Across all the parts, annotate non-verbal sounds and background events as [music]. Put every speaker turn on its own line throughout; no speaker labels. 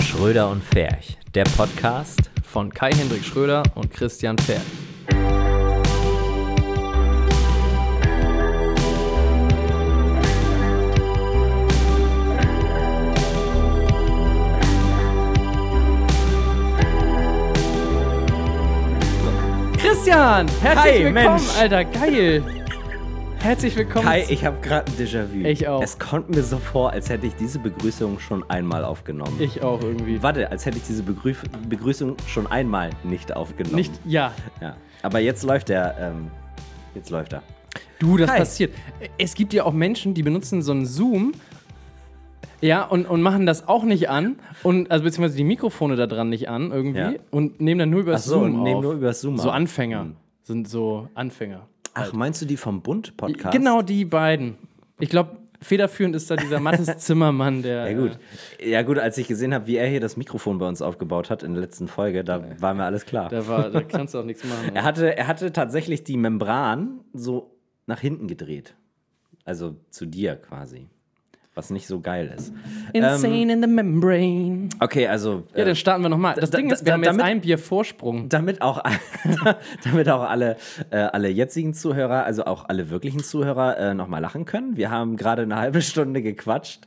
Schröder und Ferch, der Podcast.
Von Kai-Hendrik Schröder und Christian Pferd. Christian, herzlich
Hi,
willkommen,
Mensch.
Alter, geil. Herzlich willkommen.
Kai, ich habe gerade ein Déjà-vu.
Ich auch.
Es kommt mir so vor, als hätte ich diese Begrüßung schon einmal aufgenommen.
ich auch irgendwie.
Warte, als hätte ich diese Begrüf Begrüßung schon einmal nicht aufgenommen.
Nicht, ja,
Ja. Aber jetzt läuft er. Ähm, jetzt läuft er.
Du, das
Hi.
passiert. Es gibt ja auch Menschen, die benutzen so einen Zoom. Ja, und, und machen das auch nicht an. Und, also beziehungsweise die Mikrofone da dran nicht an irgendwie.
Ja.
Und nehmen dann nur über
Ach
das
so,
Zoom.
und nehmen
auf.
nur übers Zoom
So
auf. Hm.
Anfänger. Sind so Anfänger.
Ach, meinst du die vom Bund-Podcast?
Genau die beiden. Ich glaube, federführend ist da dieser
[laughs]
Mattes Zimmermann, der.
Ja gut. ja gut, als ich gesehen habe, wie er hier das Mikrofon bei uns aufgebaut hat in der letzten Folge, da war mir alles klar.
Äh, da, war, da kannst du auch nichts machen.
Er hatte, er hatte tatsächlich die Membran so nach hinten gedreht. Also zu dir quasi. Was nicht so geil ist.
Insane in the membrane.
Okay, also
Ja,
äh,
dann starten wir nochmal. Das
da-
Ding
da-
ist, wir haben jetzt
damit-
ein Bier Vorsprung.
damit auch, [laughs] damit auch alle, äh, alle jetzigen Zuhörer, also auch alle wirklichen Zuhörer äh, nochmal lachen können. Wir haben gerade eine halbe Stunde gequatscht,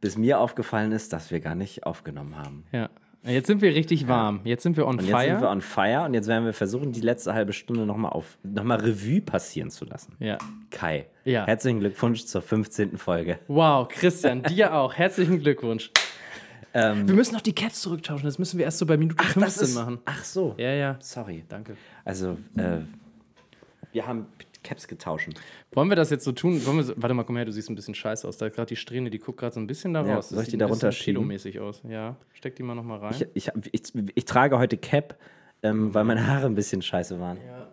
bis mir aufgefallen ist, dass wir gar nicht aufgenommen haben.
Ja. Jetzt sind wir richtig warm. Jetzt sind wir on
Und jetzt
fire.
sind wir on fire und jetzt werden wir versuchen, die letzte halbe Stunde nochmal auf nochmal Revue passieren zu lassen.
ja.
Kai,
Ja.
herzlichen Glückwunsch zur 15. Folge.
Wow, Christian, dir auch. Herzlichen Glückwunsch. wir müssen noch die Caps zurücktauschen. Das müssen wir erst so bei Minute 15 machen.
Ähm, Ach so.
Ja, ja.
Sorry.
Danke.
Also, äh, wir haben Caps getauscht.
Wollen wir das jetzt so tun? Wollen wir so, warte mal, komm her, du siehst ein bisschen scheiße aus. Da gerade die Strähne, die guckt gerade so ein bisschen da
Ja,
raus.
soll ich die da runterschieben?
mäßig aus. Ja, steck die mal nochmal rein.
Ich, ich, ich, ich trage heute Cap, ähm, weil meine Haare ein bisschen scheiße waren.
Ja.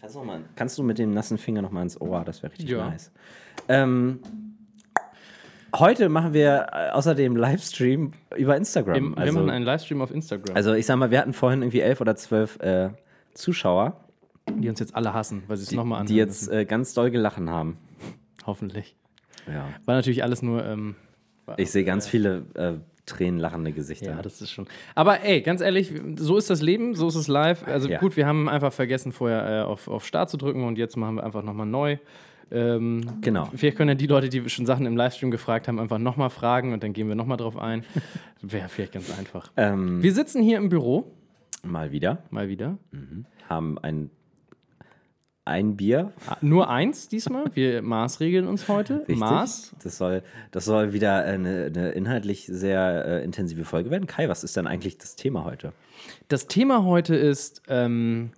Kannst, du noch mal, kannst du mit dem nassen Finger nochmal ins Ohr? Das wäre richtig
Ja.
nice. Ähm, heute machen wir äh, außerdem Livestream über Instagram.
wir, wir
also,
machen einen Livestream auf Instagram,
also ich sag mal, wir hatten vorhin irgendwie elf oder zwölf äh, Zuschauer,
die uns jetzt alle hassen, weil sie es nochmal anhören.
also die jetzt äh, ganz doll gelachen haben.
müssen. Hoffentlich.
Ja.
War natürlich alles nur. Ähm, war-
Ich sehe ganz viele äh, tränenlachende Gesichter.
Ja, das ist schon. Aber ey, ganz ehrlich, so ist das Leben, so ist es live. Also
Ja.
gut, wir haben einfach vergessen, vorher äh, auf, auf Start zu drücken und jetzt machen wir einfach nochmal neu. Ähm, [laughs]
genau.
vielleicht können ja die Leute, die schon Sachen im Livestream gefragt haben, einfach nochmal fragen und dann gehen wir nochmal
[laughs]
drauf ein. Wäre vielleicht ganz einfach.
Ähm,
Wir sitzen hier im Büro,
mal wieder.
mal wieder.
Haben ein, ein Bier.
Ah, Nur eins diesmal. Wir maßregeln uns heute.
Richtig.
Maß.
Das soll, das soll wieder eine, eine inhaltlich sehr äh, intensive Folge werden. Kai, was ist denn eigentlich das Thema heute?
Das Thema heute ist. Ähm,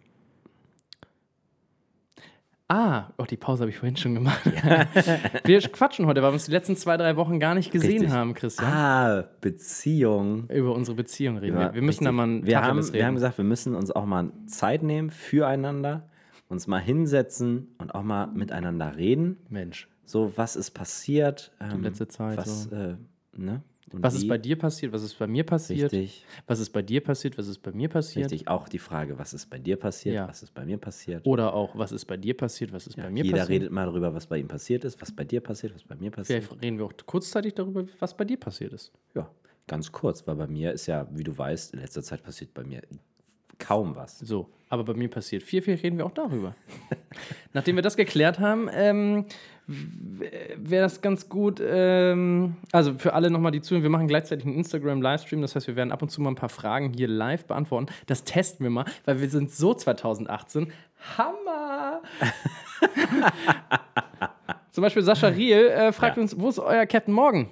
Ah, oh, die Pause habe ich vorhin schon gemacht. [laughs] Wir quatschen heute, weil wir uns die letzten zwei, drei Wochen gar nicht gesehen
Richtig.
haben, Christian.
Ah, Beziehung.
Über unsere Beziehung reden.
Ja,
wir, wir müssen da
richtig.
mal ein
wir haben,
Tacheles
wir haben
reden.
gesagt, wir müssen uns auch mal Zeit nehmen füreinander, uns mal hinsetzen und auch mal miteinander reden.
Mensch,
So, was ist passiert? Ähm,
letzte Zeit,
Was,
so.
äh, ne? Und
was
wie?
ist bei dir passiert? Was ist bei mir passiert?
Richtig.
Was ist bei dir passiert? Was ist bei mir passiert?
Richtig, auch die Frage, was ist bei dir passiert,
Ja.
was ist bei mir passiert.
Oder auch, was ist bei dir passiert? Was ist bei mir
Jeder
passiert?
redet mal darüber, was bei ihm passiert ist, was bei dir passiert, was bei mir passiert.
Vielleicht reden wir auch kurzzeitig darüber, was bei dir passiert ist.
Ja, ganz kurz, weil bei mir ist ja, wie du weißt, in letzter Zeit passiert bei mir kaum was.
So, aber bei mir passiert viel, viel reden wir auch darüber. [laughs] Nachdem wir das geklärt haben, ähm, wäre das ganz gut. Ähm, also für alle nochmal die Zuhörer, wir machen gleichzeitig einen Instagram-Livestream. Das heißt, wir werden ab und zu mal ein paar Fragen hier live beantworten. Das testen wir mal, weil wir sind so 2018. Hammer! [laughs] Zum Beispiel Sascha Riel äh, fragt
Ja.
uns, wo ist euer Captain Morgan?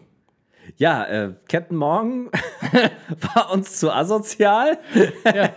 Ja, äh, Captain Morgan [laughs] war uns zu asozial.
Wir,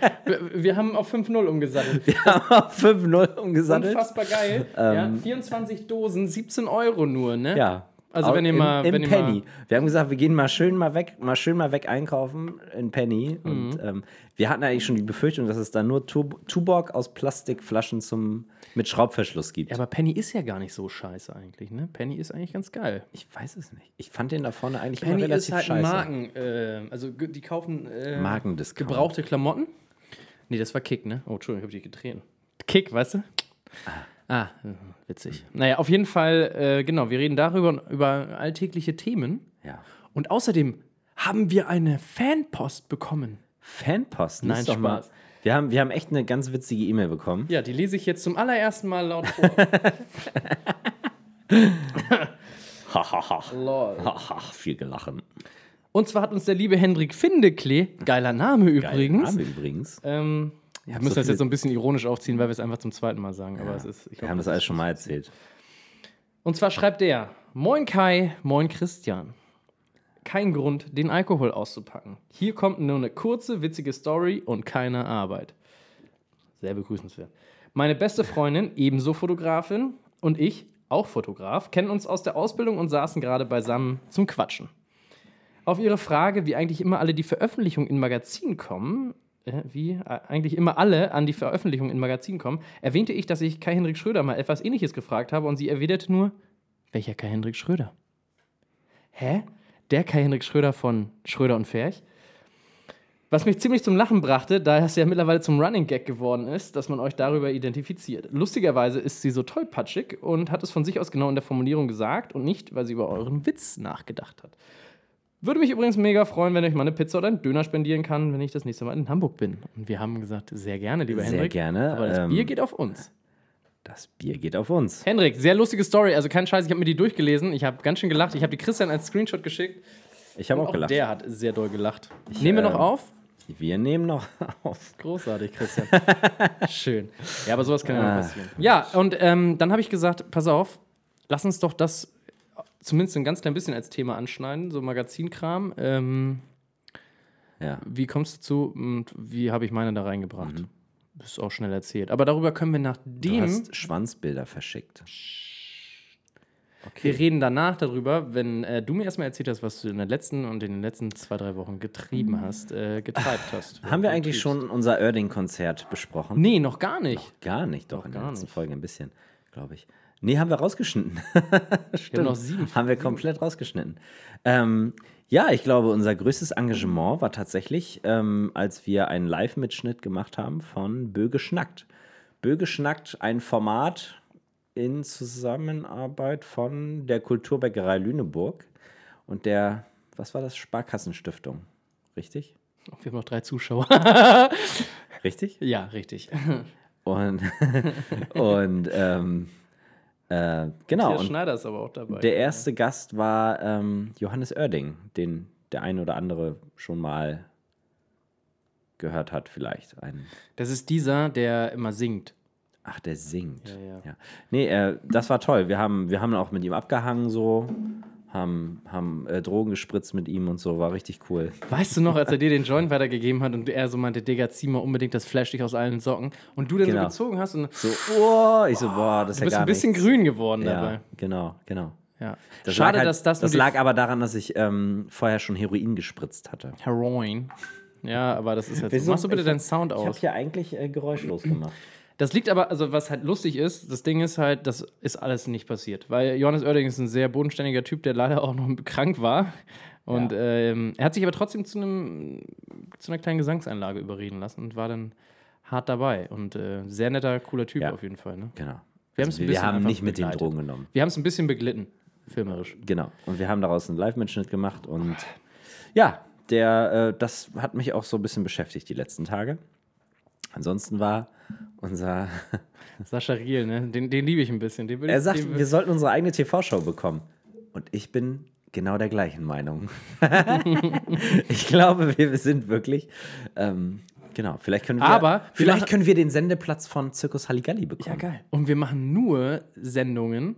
wir haben auf 5-0 umgesattelt.
Wir haben auf 5-0 umgesattelt.
Unfassbar geil. ja, 24 Dosen, 17 Euro nur, ne?
Ja.
Also
Auch
wenn ihr mal-
Im,
wenn
im
ihr
Penny. wir haben gesagt, wir gehen mal schön mal weg, mal schön mal weg einkaufen in Penny.
Mhm.
Und ähm, wir hatten eigentlich schon die Befürchtung, dass es da nur Tub Tuborg aus Plastikflaschen zum, mit Schraubverschluss gibt.
Ja, aber Penny ist ja gar nicht so scheiße eigentlich, ne? Penny ist eigentlich ganz geil.
Ich weiß es nicht. Ich fand den da vorne eigentlich
Penny
immer relativ
ist halt
scheiße.
Marken, äh, also ge- die kaufen äh,
Markendiscount.
gebrauchte Klamotten. Nee, das war Kick, ne? Oh, Entschuldigung, ich hab dich gedreht. Kick, weißt du? Ah, witzig. Naja, auf jeden Fall, äh, genau, wir reden darüber und über alltägliche Themen.
Ja.
Und außerdem haben wir eine Fanpost bekommen.
Fanpost, lies
Nein,
doch mal.
Spaß.
Wir haben, wir haben echt eine ganz witzige E-Mail bekommen.
Ja, die lese ich jetzt zum allerersten Mal [laughs] laut vor.
Hahaha.
Lol.
Haha, viel gelachen.
Und zwar hat uns der liebe Hendrik Findeklee, geiler Name übrigens.
Name übrigens.
Ähm, ja, wir
so
müssen das
viele-
jetzt so ein bisschen ironisch aufziehen, weil wir es einfach zum zweiten Mal sagen. Aber es ist, ich
Wir
glaub,
haben das alles schon mal erzählt.
Und zwar schreibt er: Moin Kai, moin Christian. Kein Grund, den Alkohol auszupacken. Hier kommt nur eine kurze, witzige Story und keine Arbeit. Sehr begrüßenswert. Meine beste Freundin, ebenso Fotografin, und ich, auch Fotograf, kennen uns aus der Ausbildung und saßen gerade beisammen zum Quatschen. Auf ihre Frage, wie eigentlich immer alle die Veröffentlichung in Magazin kommen, äh, wie äh, eigentlich immer alle an die Veröffentlichung in Magazin kommen, erwähnte ich, dass ich Kai-Henrik Schröder mal etwas Ähnliches gefragt habe und sie erwiderte nur, welcher Kai-Henrik Schröder? Hä? Der Kai-Henrik Schröder von Schröder und Ferch? Was mich ziemlich zum Lachen brachte, da es ja mittlerweile zum Running Gag geworden ist, dass man euch darüber identifiziert. Lustigerweise ist sie so tollpatschig und hat es von sich aus genau in der Formulierung gesagt und nicht, weil sie über euren Witz nachgedacht hat. Würde mich übrigens mega freuen, wenn ich mal eine Pizza oder einen Döner spendieren kann, wenn ich das nächste Mal in Hamburg bin. Und wir haben gesagt, sehr gerne, lieber
Sehr
Henrik.
gerne,
Aber das
ähm,
Bier geht auf uns.
Das Bier geht auf uns.
Henrik, sehr lustige Story. Also kein Scheiß, ich habe mir die durchgelesen. Ich habe ganz schön gelacht. Ich habe die Christian als Screenshot geschickt.
Ich habe auch gelacht.
der hat sehr doll gelacht. Nehmen wir noch
ähm,
auf?
Wir nehmen noch [laughs] auf. [laughs]
Großartig, Christian. schön. Ja, aber sowas kann
Ah.
ja noch passieren. Ja, und ähm, dann habe ich gesagt, pass auf, lass uns doch das zumindest ein ganz klein bisschen als Thema anschneiden, so Magazinkram. Ähm,
Ja.
wie kommst du zu und wie habe ich meine da reingebracht? Das ist auch schnell erzählt. Aber darüber können wir
Mhm. Du
nachdem...
hast Schwanzbilder verschickt.
Wir reden danach darüber, wenn äh, du mir erstmal erzählt hast, was du in der letzten und in den letzten zwei, drei Wochen getrieben hast, äh, getreibt hast.
Mhm. [laughs] Haben wir
Oder
eigentlich
triebst.
schon unser Erding-Konzert besprochen?
[laughs] Nee, noch gar nicht.
Gar nicht, doch, in der
gar
letzten
nicht.
Folge ein bisschen, glaube ich. Nee, haben wir rausgeschnitten.
Wir haben noch sieben.
haben wir komplett rausgeschnitten. Ähm, ja, ich glaube, unser größtes Engagement war tatsächlich, ähm, als wir einen Live-Mitschnitt gemacht haben von Böge Schnackt. Böge Schnackt, ein Format in Zusammenarbeit von der Kulturbäckerei Lüneburg und der, was war das, Sparkassenstiftung. Richtig?
Wir haben noch drei Zuschauer. [laughs]
Richtig?
ja,
[laughs]
richtig.
Genau, Und, [laughs] und ähm, äh, genau.
Matthias
Und
Schneider ist aber auch dabei.
der erste Gast war ähm, Johannes Oerding, den der ein oder andere schon mal gehört hat, vielleicht. Ein,
das ist dieser, der immer singt.
ach, der singt.
Ja, ja.
Nee, äh, das war toll. Wir haben, wir haben auch mit ihm abgehangen so, haben, haben äh, Drogen gespritzt mit ihm und so, war richtig cool.
Weißt du noch, als er dir den Joint weitergegeben hat und er so meinte, Digga, zieh mal unbedingt das Flash dich aus allen Socken und du dann
Genau.
so gezogen hast und
So, oh, ich so, boah, das ist ja
Ah, du bist
gar
ein bisschen
nichts.
grün geworden dabei.
Ja, genau, genau.
Ja.
Das
Schade,
lag halt,
dass das nur
Das
die
lag aber daran, dass ich ähm, vorher schon Heroin gespritzt hatte.
Heroin. Ja, aber das ist jetzt.
Wieso?
Machst du bitte
Ich-
deinen Sound aus?
Ich habe hier eigentlich äh, geräuschlos gemacht.
Das liegt aber, also was halt lustig ist, das Ding ist halt, das ist alles nicht passiert. Weil Johannes Oerding ist ein sehr bodenständiger Typ, der leider auch noch [laughs] krank war. Und
Ja.
ähm, er hat sich aber trotzdem zu, einem, zu einer kleinen Gesangseinlage überreden lassen und war dann hart dabei. Und äh, sehr netter, cooler Typ
Ja.
auf jeden Fall. Ne?
Genau. Wir,
Wir haben's ein
also, wir
bisschen
haben
einfach
nicht mit den
begleitet.
Drogen genommen.
Wir haben es ein bisschen beglitten, filmerisch.
Genau. Und wir haben daraus einen Live-Mitschnitt gemacht und ja, der, äh, das hat mich auch so ein bisschen beschäftigt die letzten Tage. Ansonsten war unser.
Sascha Riel, ne? den, den liebe ich ein bisschen. Den will
Er
ich- den
sagt,
will-
wir sollten unsere eigene TV-Show bekommen. Und ich bin genau der gleichen Meinung. [laughs] ich glaube, wir sind wirklich. Ähm, genau. Vielleicht können wir.
Aber wir
vielleicht
machen-
können wir den Sendeplatz von Zirkus Halligalli bekommen.
ja, geil. [laughs] Und wir machen nur Sendungen,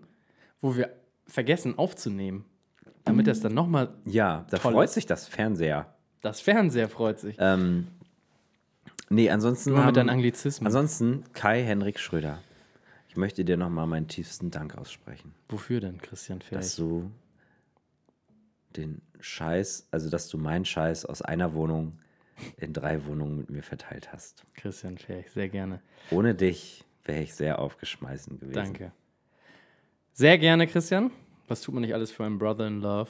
wo wir vergessen aufzunehmen, damit
Mhm.
das dann nochmal.
Ja, da
Toll
freut
ist.
sich das Fernseher.
Das Fernseher freut sich.
Ähm, nee, ansonsten.
Immer mit
haben-
deinen Anglizismen.
Ansonsten Kai Henrik Schröder. Ich möchte dir nochmal meinen tiefsten Dank aussprechen,
Wofür denn, Christian? Vielleicht.
dass du den Scheiß, also dass du meinen Scheiß aus einer Wohnung in drei Wohnungen mit mir verteilt hast.
Christian Ferch, sehr gerne.
Ohne dich wäre ich sehr aufgeschmeißen gewesen.
Danke. Sehr gerne, Christian. Was tut man nicht alles für einen Brother in Love?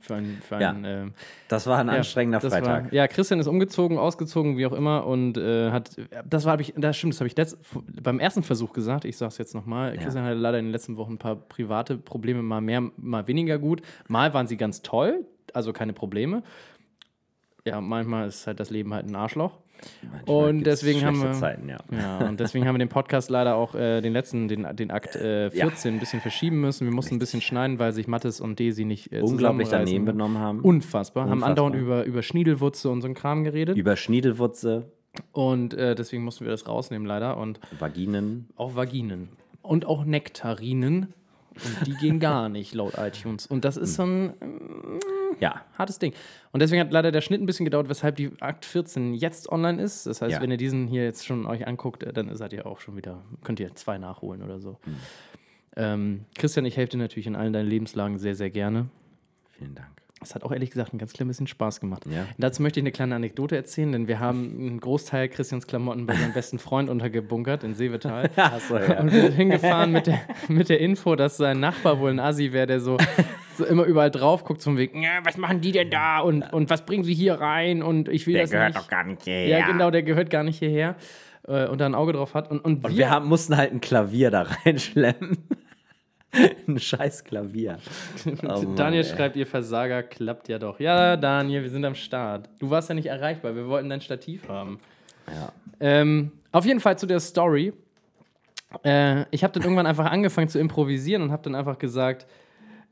Für ein, für
Ja.
ein, ähm,
Das war ein
ja,
anstrengender
das
Freitag.
War, ja, Christian ist umgezogen, ausgezogen, wie auch immer und äh, hat, das war, hab ich, das stimmt, das habe ich letzt, beim ersten Versuch gesagt, ich sage es jetzt nochmal,
Ja.
Christian hatte leider in den letzten Wochen ein paar private Probleme, mal mehr, mal weniger gut. Mal waren sie ganz toll, also keine Probleme. Ja, manchmal ist halt das Leben halt ein Arschloch.
Manchmal
Und
gibt's
deswegen haben
schlechte
wir-
Zeiten, ja.
Ja, und deswegen haben wir den Podcast leider auch äh, den letzten, den, den Akt äh, 14 ein bisschen verschieben müssen. Wir mussten ein bisschen schneiden, weil sich Mattes und Desi nicht äh,
Unglaublich
zusammenreißen.
daneben benommen haben.
Unfassbar. Haben
Unfassbar.
andauernd über, über Schniedelwurze und so einen Kram geredet.
Über Schniedelwurze,
Und äh, deswegen mussten wir das rausnehmen, leider. Und
Vaginen.
auch Vaginen. Und auch Nektarinen. Und die
[laughs]
gehen gar nicht laut iTunes. Und das
Hm.
ist so ein
Ja,
hartes Ding. Und deswegen hat leider der Schnitt ein bisschen gedauert, weshalb die Akt 14 jetzt online ist. Das heißt,
Ja.
wenn ihr diesen hier jetzt schon euch anguckt, äh, dann seid ihr auch schon wieder, könnt ihr zwei nachholen oder so.
Hm.
Ähm, Christian, ich helfe dir natürlich in allen deinen Lebenslagen sehr, sehr gerne.
vielen Dank.
Es hat auch ehrlich gesagt ein ganz klein bisschen Spaß gemacht.
Ja.
Und dazu möchte ich eine kleine Anekdote erzählen, denn wir haben einen Großteil Christians Klamotten bei seinem besten Freund untergebunkert in Seevetal.
Achso, [laughs] ja.
Und wir sind hingefahren mit der, mit der Info, dass sein Nachbar wohl ein Assi wäre, der so, so immer überall drauf guckt, zum Weg, "Na, was machen die denn da und, und was bringen sie hier rein und ich will
Der
das
gehört
nicht.
doch gar nicht hierher.
ja, genau, der gehört gar nicht hierher äh, und da ein Auge drauf hat. Und, und,
Und
wir,
wir haben, mussten halt ein Klavier da [laughs] reinschlemmen. ein scheiß
[laughs]
Klavier. Oh Mann,
Daniel
ey.
schreibt, ihr Versager klappt ja doch. Ja, Daniel, wir sind am Start. Du warst ja nicht erreichbar, wir wollten dein Stativ haben.
Ja.
Ähm, auf jeden Fall zu der Story. Äh, ich habe dann irgendwann einfach angefangen zu improvisieren und habe dann einfach gesagt,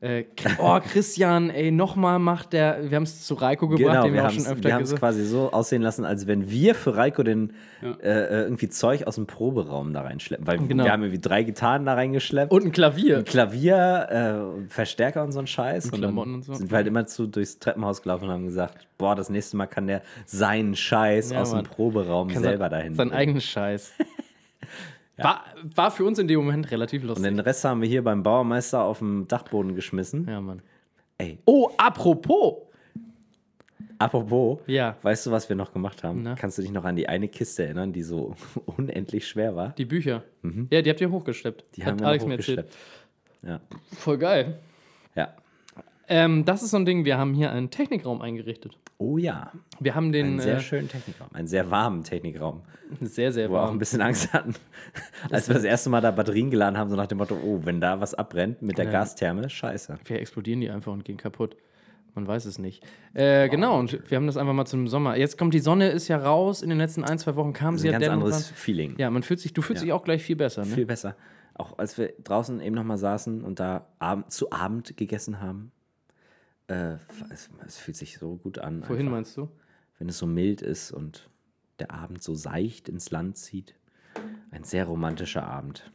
äh,
[laughs]
oh Christian, ey, nochmal macht der, wir haben es zu Reiko gebracht,
Genau,
den wir,
wir
auch schon öfter
haben es
gesagt haben.
quasi so aussehen lassen, als wenn wir für Reiko den äh, äh, irgendwie Zeug aus dem Proberaum da reinschleppen. Weil
Genau.
wir haben irgendwie drei Gitarren da reingeschleppt.
Und ein Klavier.
Klavier, äh, und Verstärker und so ein Scheiß. Und, dann
Klamotten und so.
sind wir halt immer zu durchs Treppenhaus gelaufen und haben gesagt, boah, das nächste Mal kann der seinen Scheiß
Ja,
aus
Mann.
dem Proberaum
Kann
selber
sein,
dahin.
Sein
bringen. [laughs]
eigenen Scheiß. War, war für uns in dem Moment relativ
Und
lustig.
den Rest haben wir hier beim Bauermeister auf dem Dachboden geschmissen.
ja, Mann.
Ey.
Oh, apropos.
Apropos,
Ja.
weißt du, was wir noch gemacht haben?
Na?
Kannst du dich noch an die eine Kiste erinnern, die so [laughs] unendlich schwer war?
Die Bücher. Ja, die habt ihr hochgeschleppt.
Mhm. Die
Hat
haben wir
Alex
noch
mir erzählt.
hochgeschleppt. Ja.
Voll geil.
ja.
Ähm, das ist so ein Ding, wir haben hier einen Technikraum eingerichtet.
Oh ja,
Wir haben den
einen sehr
äh,
schönen Technikraum, einen sehr warmen Technikraum,
sehr, sehr
wo wir auch
warm.
ein bisschen Angst
[laughs]
hatten, [laughs] als wir das erste Mal da Batterien geladen haben, so nach dem Motto, oh, wenn da was abbrennt mit der
Ja.
Gastherme, scheiße.
Vielleicht explodieren die einfach und gehen kaputt. Man weiß es nicht. Äh, genau, und wir haben das einfach mal zum Sommer. Jetzt kommt die Sonne, ist ja raus. In den letzten ein, zwei Wochen kam
Das
sie
ist ein
ja
ganz
dennoch
anderes
ran.
Feeling.
Ja, man fühlt sich, du fühlst
Ja.
dich auch gleich viel besser, ne?
Viel besser. Auch als wir draußen eben nochmal saßen und da ab zu Abend gegessen haben. Äh, es, es fühlt sich so gut an.
Wohin
einfach.
meinst du?
wenn es so mild ist und der Abend so seicht ins Land zieht. Ein sehr romantischer Abend.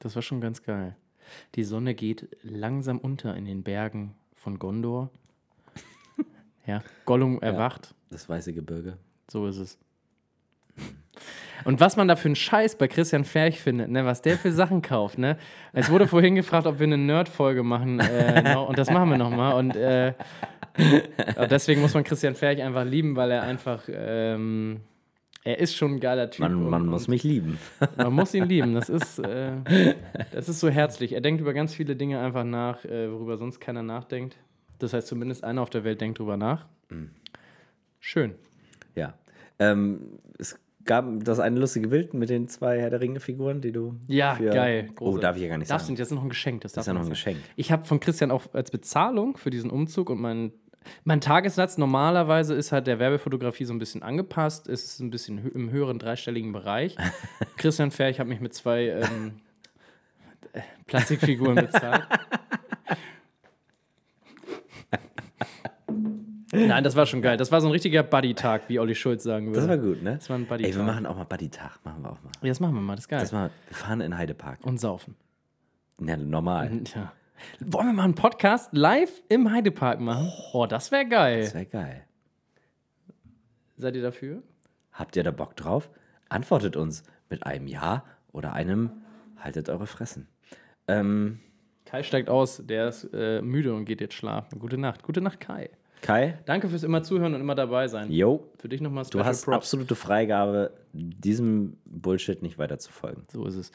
Das war schon ganz geil. Die Sonne geht langsam unter in den Bergen von Gondor.
[laughs]
ja, Gollum erwacht.
Das weiße Gebirge.
So ist es. Und was man da für einen Scheiß bei Christian Ferch findet, ne? was der für Sachen kauft. Ne? Es wurde vorhin gefragt, ob wir eine Nerd-Folge machen. Äh, no, und das machen wir nochmal. Und äh, aber deswegen muss man Christian Ferch einfach lieben, weil er einfach. Ähm, er ist schon ein geiler Typ.
Man, man
und,
muss mich lieben. [laughs]
man muss ihn lieben. Das ist, äh, das ist so herzlich. Er denkt über ganz viele Dinge einfach nach, äh, worüber sonst keiner nachdenkt. Das heißt, zumindest einer auf der Welt denkt drüber nach.
Mhm.
Schön.
Ja. Ähm, es gab das eine lustige Bild mit den zwei Herr der Ringe-Figuren, die du.
Ja,
für-
geil.
Oh,
großartig.
darf ich ja gar nicht
Darfst du
sagen.
nicht, das ist noch ein Geschenk. Das,
Das
darf
ist ja noch
man
ein
nicht sagen.
Geschenk.
Ich habe von Christian auch als Bezahlung für diesen Umzug und mein, mein Tagessatz normalerweise ist halt der Werbefotografie so ein bisschen angepasst, ist ein bisschen hö im höheren dreistelligen
[laughs]
Bereich. Christian Ferch hat mich mit zwei ähm, äh,
[laughs]
Plastikfiguren bezahlt. Nein, das war schon geil. Das war so ein richtiger Buddy-Tag, wie Olli Schulz sagen würde.
Das war gut, ne?
Das war ein Buddy-Tag.
Ey, wir machen auch mal Buddy-Tag. Machen wir auch mal.
Ja, das machen wir mal, das ist geil.
Das mal, wir fahren in Heidepark.
und saufen.
Na, normal.
Tja. Wollen wir mal einen Podcast live im Heidepark machen? Oh, das wäre geil.
Das wäre geil.
Seid ihr dafür?
Habt ihr da Bock drauf? Antwortet uns mit einem Ja oder einem Haltet eure Fressen. Ähm,
Kai steigt aus, der ist äh, müde und geht jetzt schlafen. Gute Nacht. Gute Nacht, Kai.
Kai,
Danke fürs immer zuhören und immer dabei sein.
yo,
Für dich nochmal
Du hast absolute Freigabe, diesem Bullshit nicht weiter zu folgen.
So ist es.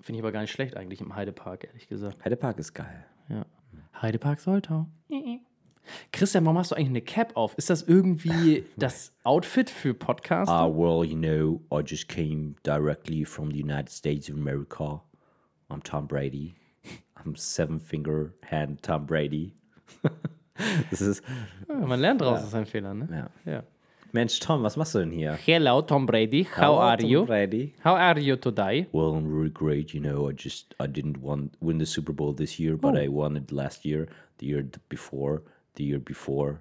Finde ich aber gar nicht schlecht eigentlich im Heidepark, ehrlich gesagt.
Heidepark ist geil.
Ja. Heidepark Soltau. Christian, warum hast du eigentlich eine Cap auf? Ist das [laughs] irgendwie das Outfit für Podcast?
Ah, well, you know, I just came directly from the United States of America. I'm Tom Brady. I'm seven finger hand Tom Brady. [laughs] das ist.
Ja, man lernt daraus aus seinen Fehlern, ne?
Ja.
Ja.
Mensch, Tom, was machst du denn hier?
Hello, Tom Brady. How are
Tom
you?
Brady.
How are you today?
Well, I'm really great. You know, I just I didn't want win the Super Bowl this year, but I won it last year, the year th- before, the year before,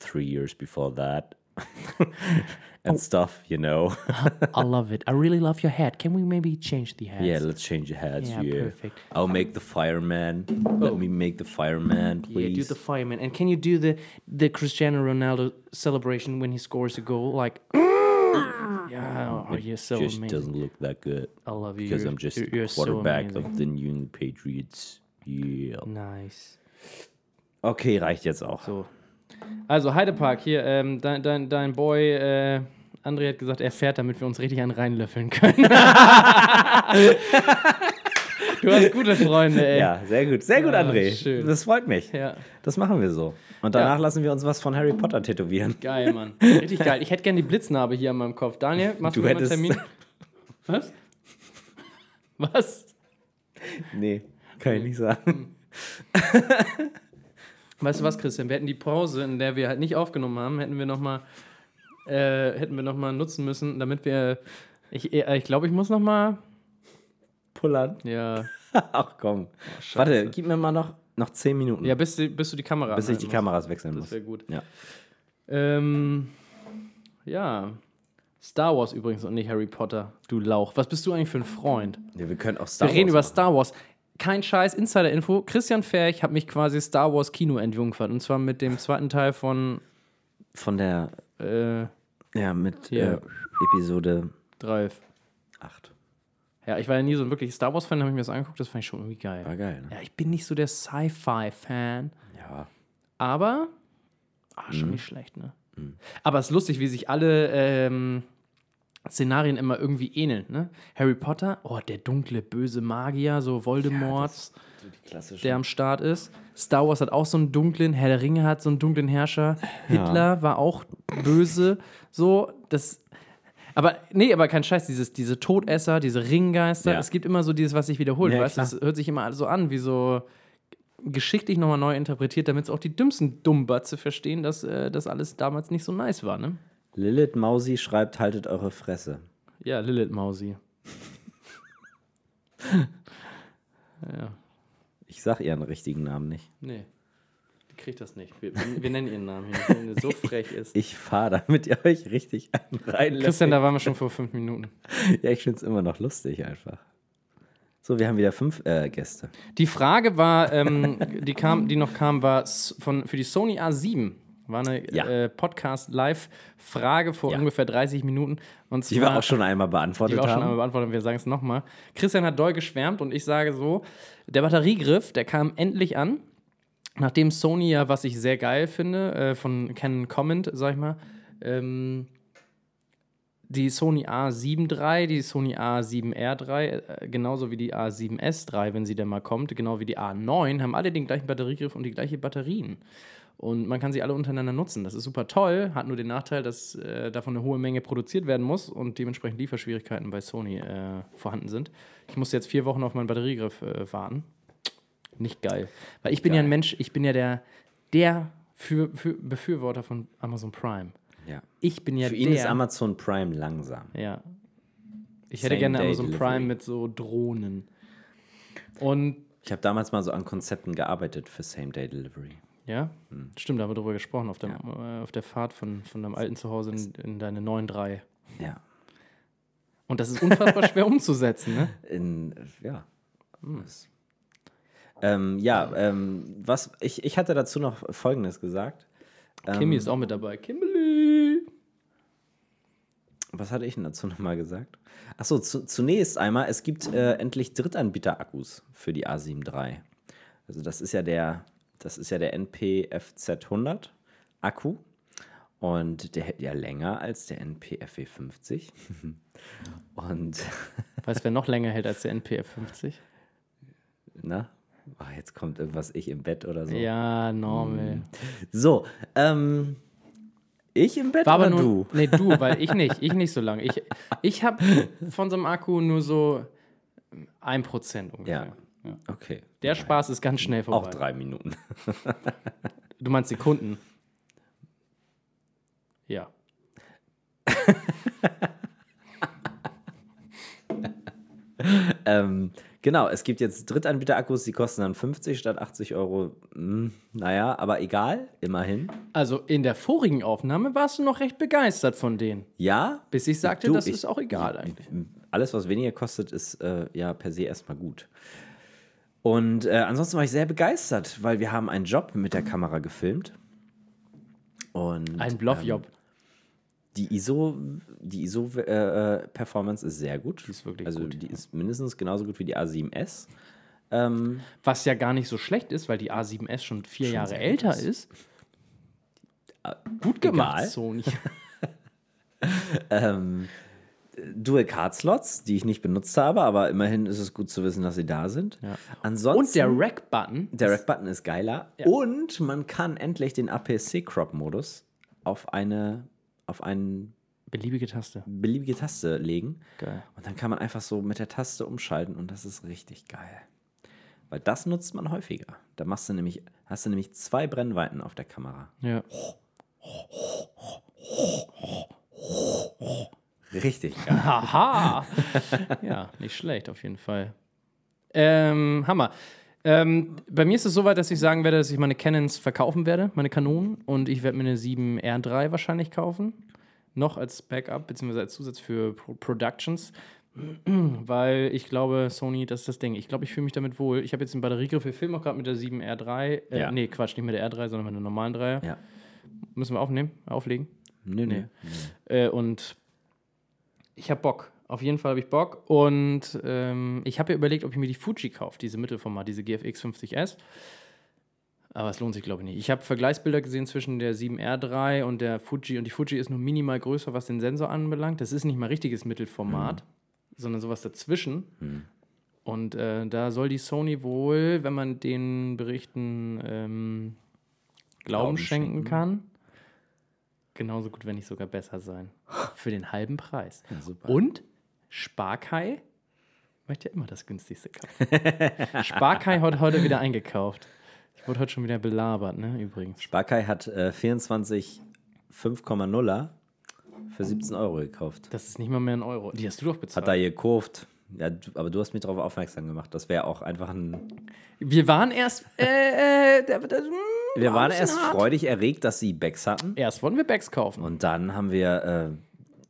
three years before that, [laughs] and stuff. You know. [laughs]
I love it. I really love your hat. Can we maybe change the hat?
Yeah, let's change the hats.
Yeah,
Yeah, Oh.
perfect.
I'll make the fireman. Let me make the fireman,
Yeah, do
please.
the fireman. And can you do the the Cristiano Ronaldo celebration when he scores a goal? Like, [clears throat] yeah, oh, you're so
Just
amazing.
doesn't look that good
I love you.
because
You're-
I'm just
you're,
the
you're
quarterback
So amazing.
of the New England Patriots. Yeah.
nice.
Okay, reicht jetzt auch.
So. Also Heidepark hier, ähm, dein, dein, dein Boy äh, André hat gesagt, er fährt, damit wir uns richtig einen
[laughs]
reinlöffeln können. [laughs] du hast gute Freunde, ey.
Ja, sehr gut. Sehr gut,
Ah,
André.
schön.
Das freut mich.
Ja.
Das machen wir so. Und danach lassen wir uns was von Harry Potter tätowieren.
Geil, Mann. Richtig geil. Ich hätte gerne die Blitznarbe hier an meinem Kopf. Daniel, machst du,
Du
mir mal einen
hättest-
Termin? Was? Was?
Nee, kann ich nicht sagen.
Weißt du was, Christian? Wir hätten die Pause, in der wir halt nicht aufgenommen haben, hätten wir nochmal äh, hätten wir noch mal nutzen müssen, damit wir. Ich, äh, ich glaube, ich muss nochmal.
Pullern.
Ja.
Ach komm. Warte, gib mir mal noch, noch zehn Minuten,
Ja, bis, die- bis du die Kamera
bis ich die
anhalten
Kameras wechseln
musst.
muss.
Das wäre gut.
Ja.
Ähm, ja. Star Wars übrigens und nicht Harry Potter. Du Lauch. Was bist du eigentlich für ein Freund?
Ja, wir können auch
Wir
Star
reden über
Wars.
Star Wars. Kein Scheiß, Insider-Info. Christian Ferch hat mich quasi Star Wars Kino entjungfert. Und zwar mit dem zweiten Teil von
Von der,
äh,
ja, mit
Ja.
Äh, Episode
3.
8.
Ja, ich war ja nie so ein wirklich Star Wars-Fan, habe ich mir das angeguckt, das fand ich schon irgendwie geil.
War geil, ne?
Ja, ich bin nicht so der Sci-Fi-Fan.
Ja.
Aber ah,
Mhm.
schon nicht schlecht, ne? Aber es ist lustig, wie sich alle ähm, Szenarien immer irgendwie ähneln, ne? Harry Potter, oh, der dunkle, böse Magier, so Voldemorts,
So die klassische.
der am Start ist. Star Wars hat auch so einen dunklen, Herr der Ringe hat so einen dunklen Herrscher. Hitler war auch böse. So, das. Aber nee, aber kein Scheiß, dieses, diese Todesser, diese Ringgeister,
Ja.
es gibt immer so dieses, was sich wiederholt,
Ja,
weißt du?
klar.
Das hört sich immer so an, wie so geschichtlich nochmal neu interpretiert, damit es auch die dümmsten Dummbatze verstehen, dass äh, das alles damals nicht so nice war, ne?
Lilith Mausi schreibt, haltet eure Fresse.
Ja, Lilith Mausi. ja,
Ich sag ihren richtigen Namen nicht.
nee. Die kriegt das nicht. Wir, wir nennen ihren Namen hier, nicht, wenn sie so frech
[laughs]
ist.
Ich fahre, damit ihr euch richtig einen reinlässt.
Christian, da waren wir schon vor fünf Minuten.
Ja, ich finde es immer noch lustig einfach. So, wir haben wieder fünf äh, Gäste.
Die Frage war, ähm, die, kam, die noch kam, war s- von, für die Sony A7. War eine
Ja.
äh, Podcast-Live-Frage vor
Ja.
ungefähr 30 Minuten. Und zwar,
Die wir auch schon einmal beantwortet
die wir auch schon einmal
haben.
beantwortet haben. Wir sagen es nochmal. Christian hat doll geschwärmt und ich sage so: Der Batteriegriff, der kam endlich an. Nachdem Sony ja, was ich sehr geil finde, äh, von Canon Comment, sag ich mal, ähm, die Sony A7 III, die Sony A7R III, äh, genauso wie die A7S III, wenn sie denn mal kommt, genau wie die A9, haben alle den gleichen Batteriegriff und die gleiche Batterien. Und man kann sie alle untereinander nutzen. Das ist super toll, hat nur den Nachteil, dass äh, davon eine hohe Menge produziert werden muss und dementsprechend Lieferschwierigkeiten bei Sony äh, vorhanden sind. Ich muss jetzt vier Wochen auf meinen Batteriegriff äh, warten. Nicht geil. Weil ich bin ja ein Mensch, ich bin ja der, der für, für Befürworter von Amazon Prime.
Ja.
Ich bin ja
Für
der.
ihn ist Amazon Prime langsam.
Ja. Ich hätte
Same
gerne
Day
Amazon
Delivery.
Prime mit so Drohnen. Und
Ich habe damals mal so an Konzepten gearbeitet für Same-Day-Delivery.
ja,
Hm.
stimmt, da haben wir drüber gesprochen auf, dem, äh, auf der Fahrt von, von deinem alten Zuhause in, in deine 9.3.
Ja.
Und das
[laughs]
ist unfassbar schwer umzusetzen, ne?
In, ja. Das- Ähm, ja, ähm, was, ich, ich hatte dazu noch Folgendes gesagt. Ähm,
Kimmy ist auch mit dabei. Kimberly!
Was hatte ich denn dazu [laughs] nochmal gesagt? Achso, zu, zunächst einmal, es gibt äh, endlich Drittanbieter-Akkus für die A7 III. Also das ist ja der, das ist ja der NPFZ100 Akku und der hält ja länger als der E [laughs] NPFW50. und
Weißt du, wer noch länger hält als der NPF 50?
na, Oh, jetzt kommt irgendwas, ich im Bett oder so. Hm.
Ja, normal.
So, ähm, ich im Bett
War aber
oder
nur,
du? [laughs]
Nee, du, weil ich nicht. Ich nicht so lange. Ich, ich habe von so einem Akku nur so 1% ungefähr. Ja.
Okay.
Der Spaß ist ganz schnell vorbei.
Auch drei Minuten.
Du meinst Sekunden? Ja.
Ähm, genau, es gibt jetzt Drittanbieter-Akkus, die kosten dann 50 statt 80 Euro. Hm, naja, aber egal, immerhin.
Also in der vorigen Aufnahme warst du noch recht begeistert von denen.
Ja,
Bis ich sagte,
Du,
das
ich-
ist auch egal eigentlich.
alles, was weniger kostet, ist äh, ja per se erstmal gut. Und äh, ansonsten war ich sehr begeistert, weil wir haben einen Job mit der Kamera gefilmt. Und ähm,
Ein Bluffjob.
die ISO, die ISO äh, Performance ist sehr gut. Die
ist wirklich
also
gut,
die ist mindestens genauso gut wie die A7S.
Was ja gar nicht so schlecht ist, weil die A7S schon vier Jahre
sehr
älter
gut. Äh,
ist. Gut gemacht,
egal.
Sony.
Dual Card Slots, die ich nicht benutzt habe, aber immerhin ist es gut zu wissen, dass sie da sind.
Ja.
Ansonsten
Und der Rack-Button.
Der Red Button ist geiler. Und man kann endlich den APS-C-Crop-Modus auf eine, auf eine
Beliebige Taste.
beliebige Taste legen.
Geil.
Und dann kann man einfach so mit der Taste umschalten und das ist richtig geil. Weil das nutzt man häufiger. Da machst du nämlich, hast du nämlich zwei Brennweiten auf der Kamera.
Ja.
Richtig geil.
[laughs] Haha. ja, nicht schlecht auf jeden Fall. Ähm, Hammer. Ähm, bei mir ist es soweit, dass ich sagen werde, dass ich meine Cannons verkaufen werde, meine Kanonen. Und ich werde mir eine 7R3 wahrscheinlich kaufen. Noch als Backup, beziehungsweise als Zusatz für Pro Productions. [clears throat] Weil ich glaube, Sony, das ist das Ding. Ich glaube, ich fühle mich damit wohl. Ich habe jetzt den Batteriegriff für Film auch gerade mit der 7R3. Äh,
Ja.
Nee, Quatsch, nicht mit der R3, sondern mit der normalen 3er.
ja.
Müssen wir aufnehmen, auflegen.
Nö, nö.
Äh, und ich habe Bock. Auf jeden Fall habe ich Bock. Und ähm, ich habe ja überlegt, ob ich mir die Fuji kaufe, diese Mittelformat, diese GFX 50S. Aber es lohnt sich, glaube ich, nicht. Ich habe Vergleichsbilder gesehen zwischen der 7R3 und der Fuji. Und die Fuji ist nur minimal größer, was den Sensor anbelangt. Das ist nicht mal richtiges Mittelformat, sondern sowas dazwischen. Und äh, da soll die Sony wohl, wenn man den Berichten ähm, Glauben,
Glauben
schenken,
schenken.
kann, genauso gut, wenn nicht sogar besser sein. Für den halben Preis.
Ja, super.
Und Sparkai möchte ja immer das günstigste kaufen. Sparkai hat heute wieder eingekauft. Ich wurde heute schon wieder belabert, ne? Übrigens.
Sparkai hat äh, 24 5,0er für 17 Euro gekauft.
Das ist nicht mal mehr ein Euro. Die hast du doch bezahlt.
Hat er gekauft. Ja, du, aber du hast mich darauf aufmerksam gemacht. Das wäre auch einfach ein
Wir waren erst. Äh, äh, da- da- hm,
Wir
war ein
waren
bisschen
erst
hart.
freudig erregt, dass sie Bags hatten.
Erst wollten wir Bags kaufen.
Und dann haben wir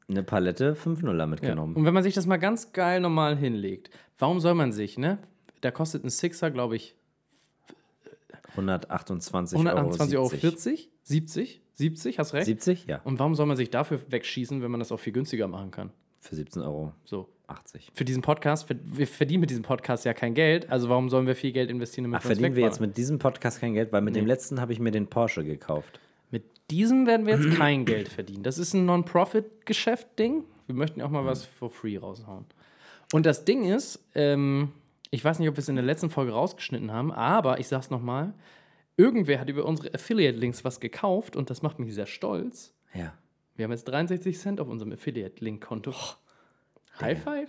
äh, eine Palette 5-0er mitgenommen.
Und wenn man sich das mal ganz geil normal hinlegt, warum soll man sich, ne? Da kostet ein Sixer, glaube ich,
128
128,40 Euro,
Euro. ne? 70.
70, 70, hast recht.
70? Ja,
Und warum soll man sich dafür wegschießen, wenn man das auch viel günstiger machen kann?
für 17 Euro.
So.
80.
Für diesen Podcast, ver- wir verdienen mit diesem Podcast ja kein Geld, also warum sollen wir viel Geld investieren, damit
Ach, verdienen wir jetzt
wegballern?
mit diesem Podcast kein Geld, weil mit dem letzten habe ich mir den Porsche gekauft.
Mit diesem werden wir jetzt kein Geld verdienen. Das ist ein Non-Profit-Geschäft-Ding. Wir möchten auch mal was for free raushauen. Und das Ding ist, ähm, ich weiß nicht, ob wir es in der letzten Folge rausgeschnitten haben, aber ich sag's nochmal: Irgendwer hat über unsere Affiliate-Links was gekauft und das macht mich sehr stolz.
Ja.
Wir haben jetzt 63 Cent auf unserem Affiliate-Link-Konto. High five?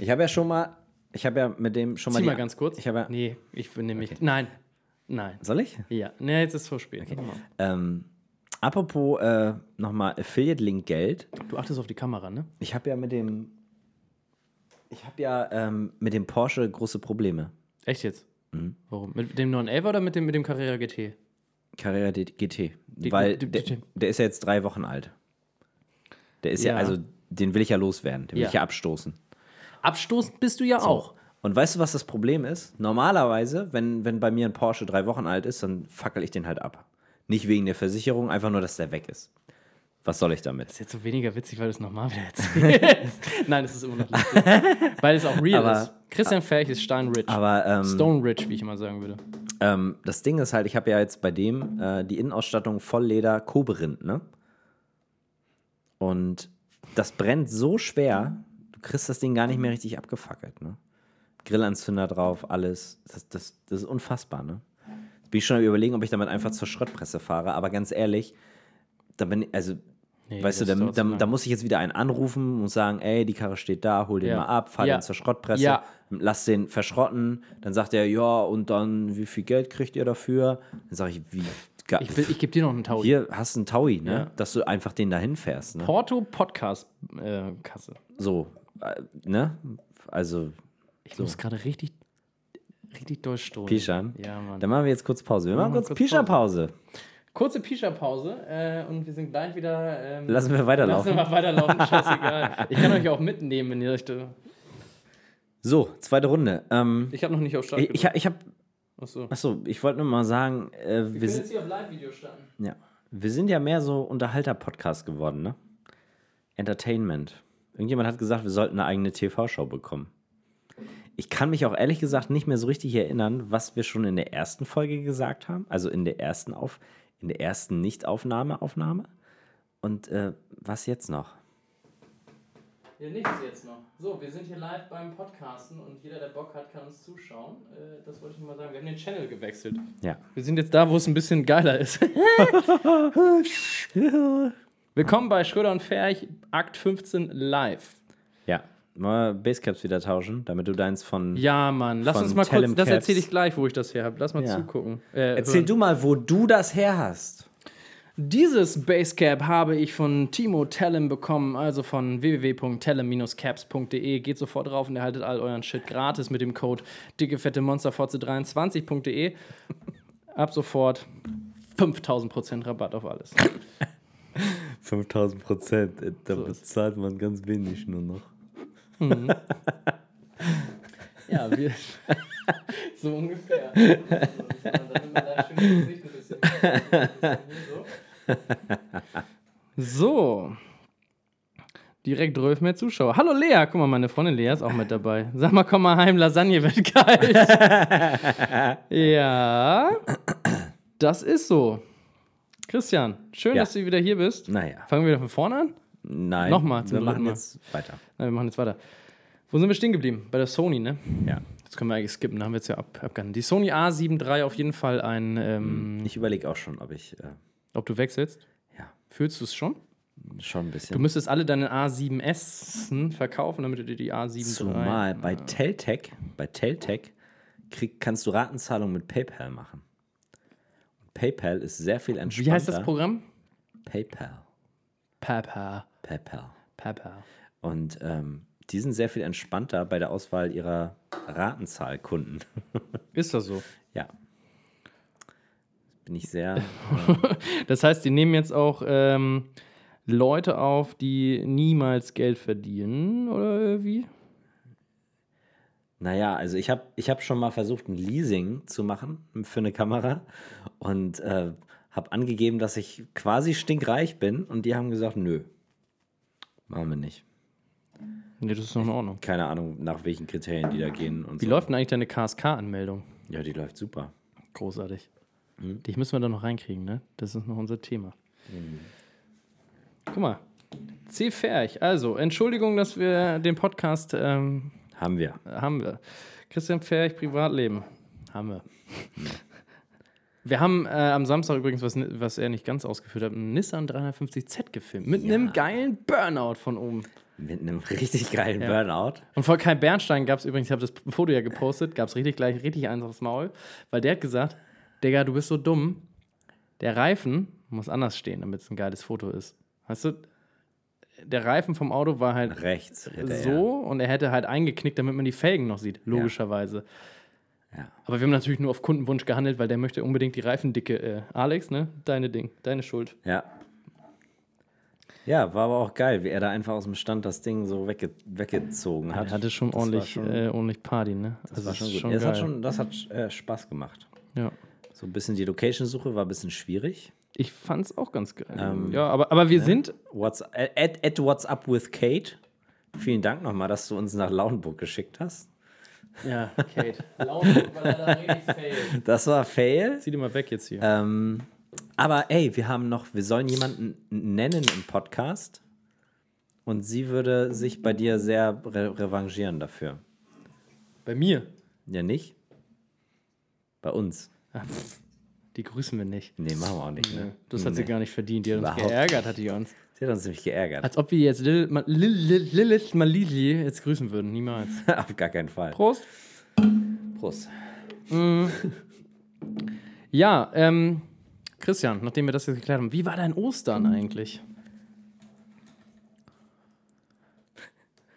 Ich habe ja schon mal, ich habe ja mit dem schon mal.
Zieh
die-
mal ganz kurz.
Ich habe ja,
nee, ich bin nämlich. Nein. Nein.
Soll ich?
Ja, nee, jetzt ist es zu spät.
Ähm, apropos äh, nochmal Affiliate-Link-Geld.
Du achtest auf die Kamera, ne?
Ich habe ja mit dem. Ich habe ja ähm, mit dem Porsche große Probleme.
Echt jetzt?
Mhm.
Warum? Mit dem 911 oder mit dem, mit dem Carrera GT?
Carrera D- GT. Weil
die-
der,
die-
der ist ja jetzt drei Wochen alt. Der ist ja,
Ja.
also, den will ich ja loswerden, den will
Ja.
ich ja abstoßen.
Abstoßend bist du ja auch.
Und weißt du, was das Problem ist? Normalerweise, wenn, wenn bei mir ein Porsche drei Wochen alt ist, dann fackel ich den halt ab. Nicht wegen der Versicherung, einfach nur, dass der weg ist. Was soll ich damit?
Ist jetzt so weniger witzig, weil du es nochmal wieder
[laughs]
erzählst. Nein, es ist immer noch lustig. weil es auch real
Aber-
ist. Christian Ferch ist steinrich.
Aber ähm,
Stone Rich, wie ich immer sagen würde.
ähm, das Ding ist halt, ich habe ja jetzt bei dem äh, die Innenausstattung Vollleder Koberind, ne? Und das brennt so schwer, du kriegst das Ding gar nicht mehr richtig abgefackelt, ne? Grillanzünder drauf, alles. Das, das, das ist unfassbar, ne? Jetzt bin ich schon am überlegen, ob ich damit einfach zur Schrottpresse fahre, aber ganz ehrlich, da bin ich, also,
Nee,
weißt du,
das
da,
dauert zu
da,
lang.
da muss ich jetzt wieder einen anrufen und sagen, ey, die Karre steht da, hol den
Ja.
mal ab, fahr
Ja.
den zur Schrottpresse,
Ja.
lass den verschrotten, dann sagt er, ja, und dann, wie viel Geld kriegt ihr dafür? Dann sage ich, wie, ga,
ich will- ich gebe dir noch einen Taui.
hier hast du einen Taui, ne?
Ja.
Dass du einfach den dahin fährst, ne?
Porto Podcast äh, Kasse.
So, äh, ne? Also,
Ich muss gerade richtig, richtig durchstoßen.
Pischan.
Ja, Mann.
Dann machen wir jetzt kurz Pause. Wir machen
machen
kurz
kurz
Pischa-Pause.
Kurze Pischa-Pause äh, und wir sind gleich wieder. Ähm,
Lassen wir
lassen
weiterlaufen.
wir mal weiterlaufen,
[laughs]
scheißegal. ich kann euch auch mitnehmen, wenn ihr euch. da-
So, zweite Runde. Ähm,
Ich habe noch nicht auf Start.
ich ich,
gedrückt.
hab- ich habe,
Achso.
achso, ich wollte nur mal sagen, äh, wir,
Wir können
sind,
jetzt hier auf Live-Video starten.
ja, wir sind ja mehr so Unterhalter-Podcast geworden, ne? Entertainment. Irgendjemand hat gesagt, wir sollten eine eigene TV-Show bekommen. Ich kann mich auch ehrlich gesagt nicht mehr so richtig erinnern, was wir schon in der ersten Folge gesagt haben. Also in der ersten auf, in der ersten Nicht-Aufnahme, Aufnahme. Und äh, was jetzt noch?
Ja, nichts jetzt noch. So, wir sind hier live beim Podcasten und jeder, der Bock hat, kann uns zuschauen. Äh, das wollte ich nur mal sagen. Wir haben den Channel gewechselt.
Ja.
Wir sind jetzt da, wo es ein bisschen geiler ist.
[laughs]
Willkommen bei Schröder und Ferch, Akt 15 live.
Ja, mal Basecaps wieder tauschen, damit du deins von.
Ja, Mann, lass
Von
uns mal
Tellem
kurz, das
Cats.
erzähle ich gleich, wo ich das her habe. Lass mal
Ja.
zugucken. Äh,
Erzähl
hören.
du mal, wo du das her hast.
Dieses Basecap habe ich von Timo Tellem bekommen, also von www.tellem-caps.de. Geht sofort drauf und erhaltet all euren Shit gratis mit dem Code dickefettemonsterfotze23.de. Ab sofort 5000% Rabatt auf alles.
5000 Prozent. äh, Da
So ist-
bezahlt man ganz wenig nur noch.
Ja, wir. [laughs] so ungefähr. Also, So, damit man da schön das Gesicht ein bisschen- ein bisschen hier So. So. Direkt 12 mehr Zuschauer. Hallo Lea, guck mal, meine Freundin Lea ist auch mit dabei. Sag mal, komm mal heim, Lasagne wird kalt. [laughs] ja. Das ist so. Christian, schön,
Ja.
dass du wieder hier bist.
Naja.
Fangen wir wieder von vorne an?
Nein.
Nochmal zum
Wir machen
dritten Mal.
jetzt weiter.
Nein, wir machen jetzt weiter. Wo sind wir stehen geblieben? Bei der Sony, ne?
Ja.
Das können wir eigentlich skippen, da haben wir jetzt ja ab, abgehandelt. Die Sony A7 III auf jeden Fall ein, ähm,
Ich überlege auch schon, ob ich. Äh,
ob du wechselst.
Mhm. ja,
Fühlst du es schon?
schon ein
Du
bisschen.
müsstest alle deine A7S verkaufen, damit du dir die A7
Zumal
III
bei Teltec, bei Teltec krieg, kannst du Ratenzahlung mit PayPal machen. PayPal ist sehr viel entspannter.
Wie heißt das Programm?
PayPal.
Papa.
PayPal.
Papa.
Und ähm, die sind sehr viel entspannter bei der Auswahl ihrer Ratenzahlkunden. [laughs]
Ist das so?
Ja. Bin ich sehr.
Das heißt, die nehmen jetzt auch ähm, Leute auf, die niemals Geld verdienen, oder wie?
naja, also ich habe ich hab schon mal versucht, ein Leasing zu machen für eine Kamera und äh, habe angegeben, dass ich quasi stinkreich bin und die haben gesagt, nö. Machen wir nicht.
Nee, das ist noch in Ordnung.
Keine Ahnung, nach welchen Kriterien die da gehen und
Wie
so.
läuft denn eigentlich deine KSK-Anmeldung?
Ja, die läuft super.
Großartig. Dich müssen wir da noch reinkriegen, ne? Das ist noch unser Thema. Guck mal. C. Ferch. Also, Entschuldigung, dass wir den Podcast ähm,
Haben wir.
haben wir. Christian Ferch, Privatleben. Haben wir. Wir haben äh, am Samstag übrigens, was, ni- was er nicht ganz ausgeführt hat, einen Nissan 350Z gefilmt. Mit
Ja.
einem geilen Burnout von oben.
Mit einem [laughs] richtig geilen Burnout.
Und vor Kai Bernstein gab es übrigens, ich habe das Foto ja gepostet, gab es richtig gleich richtig eins aufs Maul, weil der hat gesagt, Digga, du bist so dumm, der Reifen muss anders stehen, damit es ein geiles Foto ist. Weißt du, der Reifen vom Auto war halt
Rechts. hätte er.
so und er hätte halt eingeknickt, damit man die Felgen noch sieht, logischerweise.
Ja.
Aber wir haben natürlich nur auf Kundenwunsch gehandelt, weil der möchte unbedingt die Reifendicke. Äh, Alex, ne? Deine Ding, deine Schuld.
Ja. Ja, war aber auch geil, wie er da einfach aus dem Stand das Ding so wegge weggezogen hat.
Er hatte schon
Das war
ordentlich,
schon-
äh, ordentlich Party, ne?
das war schon gut.
geil.
das hat schon, das hat äh, Spaß gemacht.
ja.
So ein bisschen die Location-Suche war ein bisschen schwierig.
Ich fand's auch ganz geil.
Ähm,
ja, aber, aber
ne?
wir sind.
What's, at, at What's Up with Kate. Vielen Dank nochmal, dass du uns nach Lauenburg geschickt hast.
Ja, [laughs] Kate. Laut, weil er da richtig fail.
Das war Fail.
Zieh die mal weg jetzt hier.
Ähm, aber ey, wir haben noch, wir sollen jemanden nennen im Podcast. Und sie würde sich bei dir sehr re revanchieren dafür.
Bei mir?
Ja, nicht? Bei uns.
Ah, pff, Die grüßen wir nicht.
Nee, machen wir auch nicht. Ne?
Das hat sie
Nee.
gar nicht verdient. Die hat uns
Überhaupt
geärgert, hat die uns.
Sie hat uns nämlich geärgert. [laughs]
Als ob wir jetzt Lil- Ma- Lil- Lil- Lilith Malili jetzt grüßen würden.
[laughs]
Niemals.
Auf gar keinen Fall.
Prost. Mhm.
Prost.
Ja, ähm, Christian, nachdem wir das jetzt geklärt haben, wie war dein Ostern eigentlich?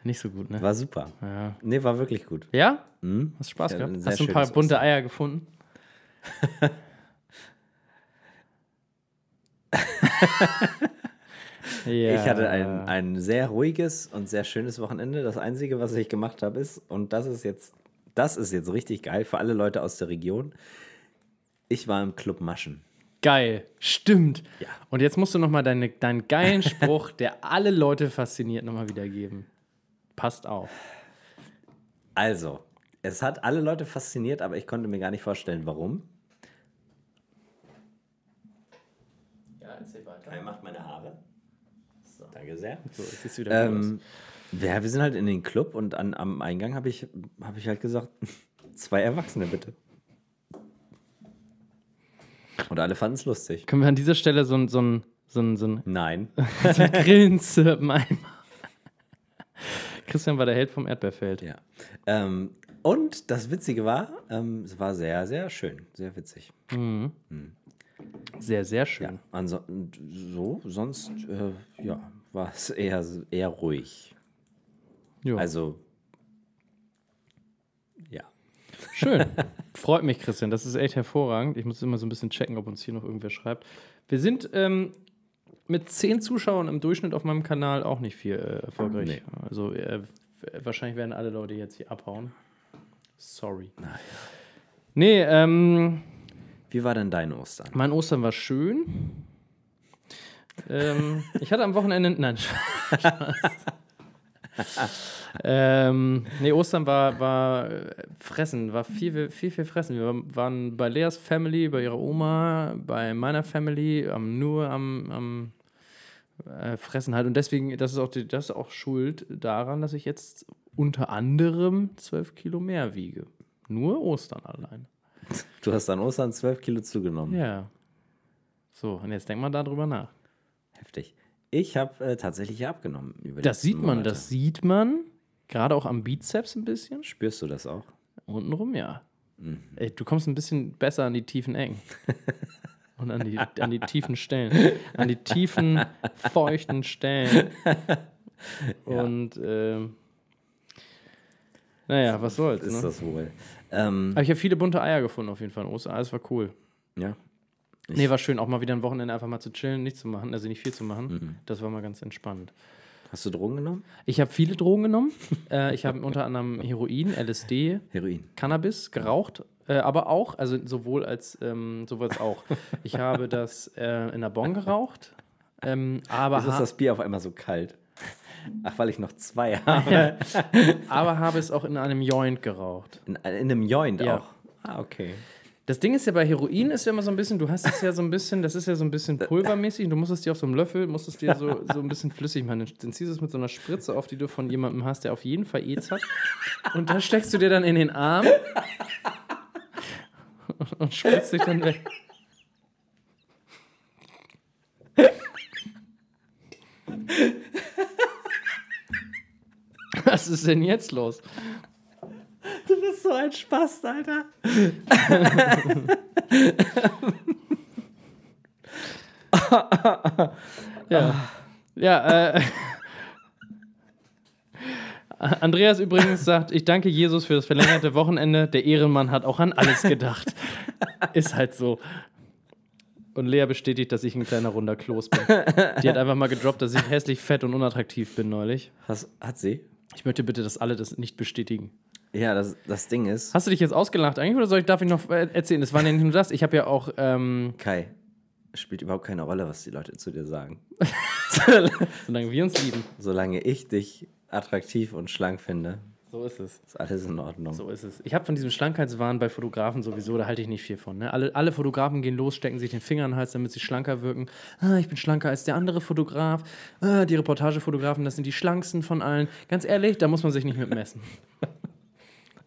Nicht so gut, ne?
War super.
Ja.
Nee, war wirklich gut. Hm?
Ja? Hast Spaß
Ja, ein
gehabt?
sehr
Hast du ein paar
schönes
bunte
[laughs]
Eier gefunden? ja.
Ich hatte ein, ein sehr ruhiges und sehr schönes Wochenende. Das Einzige, was ich gemacht habe, ist, und das ist jetzt, das ist jetzt richtig geil für alle Leute aus der Region. Ich war im Club Maschen.
Geil, stimmt.
Ja.
Und jetzt musst du nochmal deine, deinen geilen Spruch, der alle Leute fasziniert, nochmal wiedergeben. Passt auf.
Also, es hat alle Leute fasziniert, aber ich konnte mir gar nicht vorstellen, warum.
Ja, erzähl weiter.
Er macht meine Haare. Danke sehr.
So, es ist wieder los.
Ähm, ja, wir sind halt in den Club und an, am Eingang habe ich, hab ich halt gesagt, [laughs] zwei Erwachsene bitte. Und alle fanden es lustig.
Können wir an dieser Stelle so ein, so ein, so ein, so ein
Nein. [laughs]
Grillenzirpen einmal. Christian war der Held vom Erdbeerfeld.
Ja. Ähm, und das Witzige war, ähm, es war sehr, sehr schön, sehr witzig.
Sehr, sehr
Ja.
schön.
Anso und so, sonst äh, ja, war es eher, eher ruhig.
Jo.
Also, ja.
Schön. Freut mich, Christian. Das ist echt hervorragend. Ich muss immer so ein bisschen checken, ob uns hier noch irgendwer schreibt. Wir sind ähm, mit zehn Zuschauern im Durchschnitt auf meinem Kanal auch nicht viel äh, erfolgreich.
Nee.
Also äh, w- wahrscheinlich werden alle Leute jetzt hier abhauen. Sorry. Nee, ähm,
Wie war denn dein Ostern?
mein Ostern war schön. ähm, ich hatte am Wochenende. Nein, [laughs] Spaß. ähm, nee, Ostern war, war äh, Fressen, war viel, viel, viel Fressen. Wir waren bei Leas Family, bei ihrer Oma, bei meiner Family, am, nur am, am äh, Fressen halt. Und deswegen, das ist, auch die, das ist auch Schuld daran, dass ich jetzt unter anderem 12 Kilo mehr wiege. Nur Ostern allein.
Du hast an Ostern 12 Kilo zugenommen.
Ja. So, und jetzt denk mal darüber nach.
Heftig. Ich habe äh, tatsächlich abgenommen. Über die
Das
letzten
sieht man,
Monate.
das sieht man. Gerade auch am Bizeps ein bisschen.
Spürst du das auch?
Untenrum, ja.
Mhm.
Ey, du kommst ein bisschen besser an die tiefen
[laughs]
Ecken. Und an die, an die tiefen Stellen. An die tiefen, feuchten
[laughs]
Stellen. Und, ähm, naja, was soll's.
Ist
Ne?
das wohl? Ähm,
Aber ich habe viele bunte Eier gefunden, auf jeden Fall. in Ostern, alles war cool.
ja.
Nee, war schön, auch mal wieder ein Wochenende einfach mal zu chillen, nichts zu machen, also nicht viel zu machen.
Mhm.
Das war mal ganz entspannt.
Hast du Drogen genommen?
Ich habe viele Drogen genommen. äh, ich habe unter anderem Heroin, LSD,
Heroin.
Cannabis geraucht, äh, aber auch, also sowohl als ähm, sowohl als auch. Ich habe das äh, in der Bon geraucht, ähm, aber,
Wieso ist
ha
das Bier auf einmal so kalt? [laughs] Ach, weil ich noch
[laughs]
zwei habe.
aber habe es auch in einem Joint geraucht.
In, in einem Joint
Ja.
auch. Ah, okay.
Das Ding ist ja bei Heroin ist ja immer so ein bisschen, du hast es ja so ein bisschen, das ist ja so ein bisschen pulvermäßig und du musst es dir auf so einem Löffel, musst es dir so, so ein bisschen flüssig machen. Dann ziehst du es mit so einer Spritze auf, die du von jemandem hast, der auf jeden Fall AIDS hat. Und das steckst du dir dann in den Arm [laughs] und spritzt dich dann weg. Was ist denn jetzt los?
Du bist so ein Spaß, Alter.
Ja. Ah. Ja, äh. [laughs] Andreas übrigens sagt, ich danke Jesus für das verlängerte Wochenende. Der Ehrenmann hat auch an alles gedacht. Ist halt so. Und Lea bestätigt, dass ich ein kleiner runder Kloß bin. Die hat einfach mal gedroppt, dass ich hässlich, fett und unattraktiv bin neulich.
Hast, hat sie?
Ich möchte bitte, dass alle das nicht bestätigen.
Ja, das, das Ding ist.
Hast du dich jetzt ausgelacht eigentlich oder soll ich, darf ich noch äh, erzählen? Es war ja nicht nur das. Ich habe ja auch ähm,
Kai, es spielt überhaupt keine Rolle, was die Leute zu dir sagen.
Solange wir uns lieben.
Solange ich dich attraktiv und schlank finde,
So ist es.
ist alles in Ordnung.
So ist es. Ich habe von diesem Schlankheitswahn bei Fotografen sowieso, da halte ich nicht viel von. Ne? Alle, alle Fotografen gehen los, stecken sich den Finger in den Hals, damit sie schlanker wirken. Ah, ich bin schlanker als der andere Fotograf. Ah,
[laughs]
die Reportagefotografen, das sind die schlanksten von allen. Ganz ehrlich, da muss man sich nicht mit messen.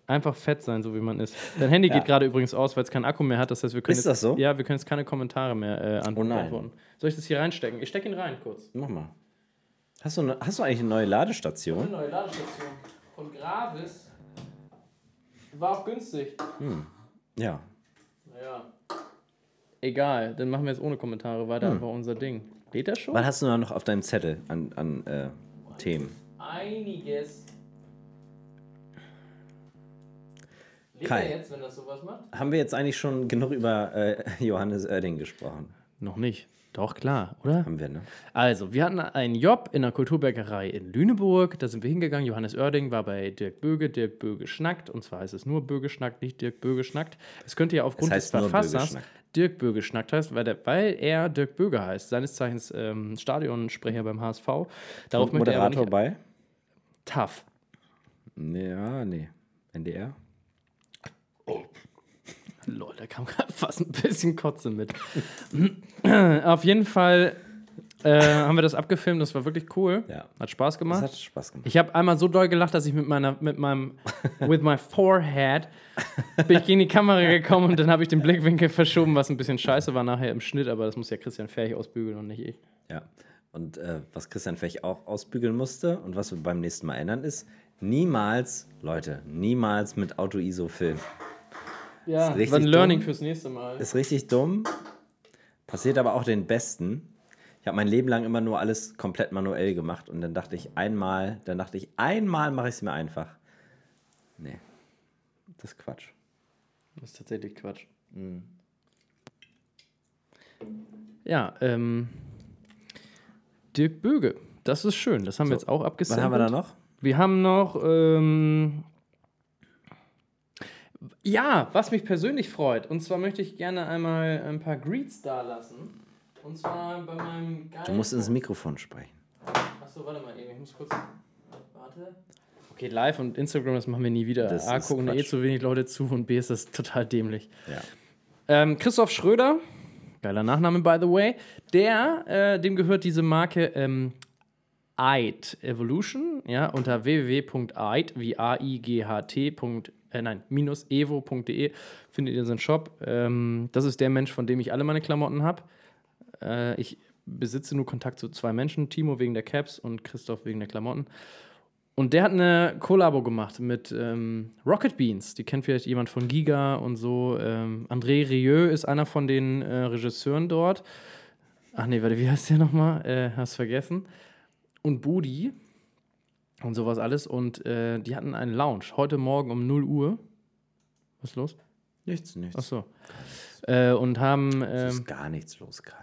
Einfach fett sein, so wie man ist. Dein Handy geht gerade übrigens aus, weil es keinen Akku mehr hat. Das heißt, wir können
Ist das
jetzt,
so?
Ja, wir können jetzt keine Kommentare mehr äh, ant-
Oh nein.
beantworten. Soll ich das hier reinstecken? Ich stecke ihn rein kurz.
Mach mal. Hast du, ne, hast du eigentlich eine neue Ladestation?
neue Ladestation von Gravis. War auch günstig.
Ja.
Naja. Egal, dann machen wir jetzt ohne Kommentare weiter. Einfach unser Ding. Geht das schon?
Was hast du da noch auf deinem Zettel an, an äh, Themen?
Einiges. Lebt
Kai.
er jetzt, wenn das sowas macht?
Haben wir jetzt eigentlich schon genug über äh, [laughs] Johannes Oerding gesprochen?
Noch nicht. Doch, klar, oder?
Haben wir, ne?
Also, wir hatten einen Job in der Kulturbäckerei in Lüneburg. Da sind wir hingegangen. Johannes Oerding war bei Dirk Böge. Dirk Böge schnackt. Und zwar heißt es nur Böge schnackt, nicht Dirk Böge schnackt. Es könnte ja aufgrund
heißt
des
nur Böge
Verfassers
schnackt.
Dirk Böge schnackt heißt, weil, der, weil er Dirk Böge heißt. Seines Zeichens ähm, Stadionsprecher beim HSV. Darauf möchte er aber
Moderator
nicht...
bei?
Tough.
Nee, Ja, nee. NDR?
Lol, da kam gerade [laughs] fast ein bisschen Kotze mit. Auf jeden Fall äh, haben wir das abgefilmt. Das war wirklich cool.
Ja.
Hat Spaß
Das
gemacht.
hat Spaß gemacht.
Ich habe einmal so doll gelacht, dass ich mit meiner, mit meinem, with my forehead, bin ich gegen die Kamera gekommen und dann habe ich
[laughs]
den Blickwinkel verschoben, was ein bisschen scheiße war nachher im Schnitt, aber das muss ja Christian Ferch ausbügeln und nicht ich.
Ja. Und äh, was Christian Fech auch ausbügeln musste und was wir beim nächsten Mal ändern ist, niemals, Leute, niemals mit Auto-ISO filmen.
Ja,
Ist
das
richtig
war ein Learning
dumm.
fürs nächste Mal.
Ist richtig dumm, passiert aber auch den Besten. Ich habe mein Leben lang immer nur alles komplett manuell gemacht und dann dachte ich einmal, dann dachte ich, einmal mache ich es mir einfach. Nee, das ist Quatsch.
Das ist tatsächlich Quatsch.
Mhm.
Ja, ähm, Dirk Böge, das ist schön, das haben wir
So,
jetzt auch
Was
abgesendet.
haben wir da noch?
Wir haben noch. Ähm, ja, was mich persönlich freut. Und zwar möchte ich gerne einmal ein paar Greets da lassen. Und zwar bei meinem geilen.
Du musst ins Mikrofon sprechen.
Achso, warte mal eben. Ich muss kurz. Warte. Okay, live und Instagram, das machen wir nie wieder.
Das
A,
ist
gucken eh
Quatsch.
zu wenig Leute zu und B, ist das total dämlich.
Ja.
Ähm, Christoph Schröder, geiler Nachname, by the way, der, äh, dem gehört diese Marke ähm, Eid Evolution, ja, unter www.eit, wie A-I-G-H-T. Äh, nein, minus evo.de findet ihr seinen Shop. Ähm, das ist der Mensch, von dem ich alle meine Klamotten habe. Äh, ich besitze nur Kontakt zu zwei Menschen, Timo wegen der Caps und Christoph wegen der Klamotten. Und der hat eine Kollabo gemacht mit ähm, Rocket Beans. Die kennt vielleicht jemand von Giga und so. Ähm, André Rieu ist einer von den äh, Regisseuren dort. Ach nee, warte, wie heißt der nochmal? Äh, hast vergessen. Und Budi und sowas alles. Und äh, die hatten einen Lounge heute Morgen um 0 Uhr. Was ist los?
Nichts, nichts.
Ach so. Äh, und haben.
Es
Ähm,
ist gar nichts los, Kai.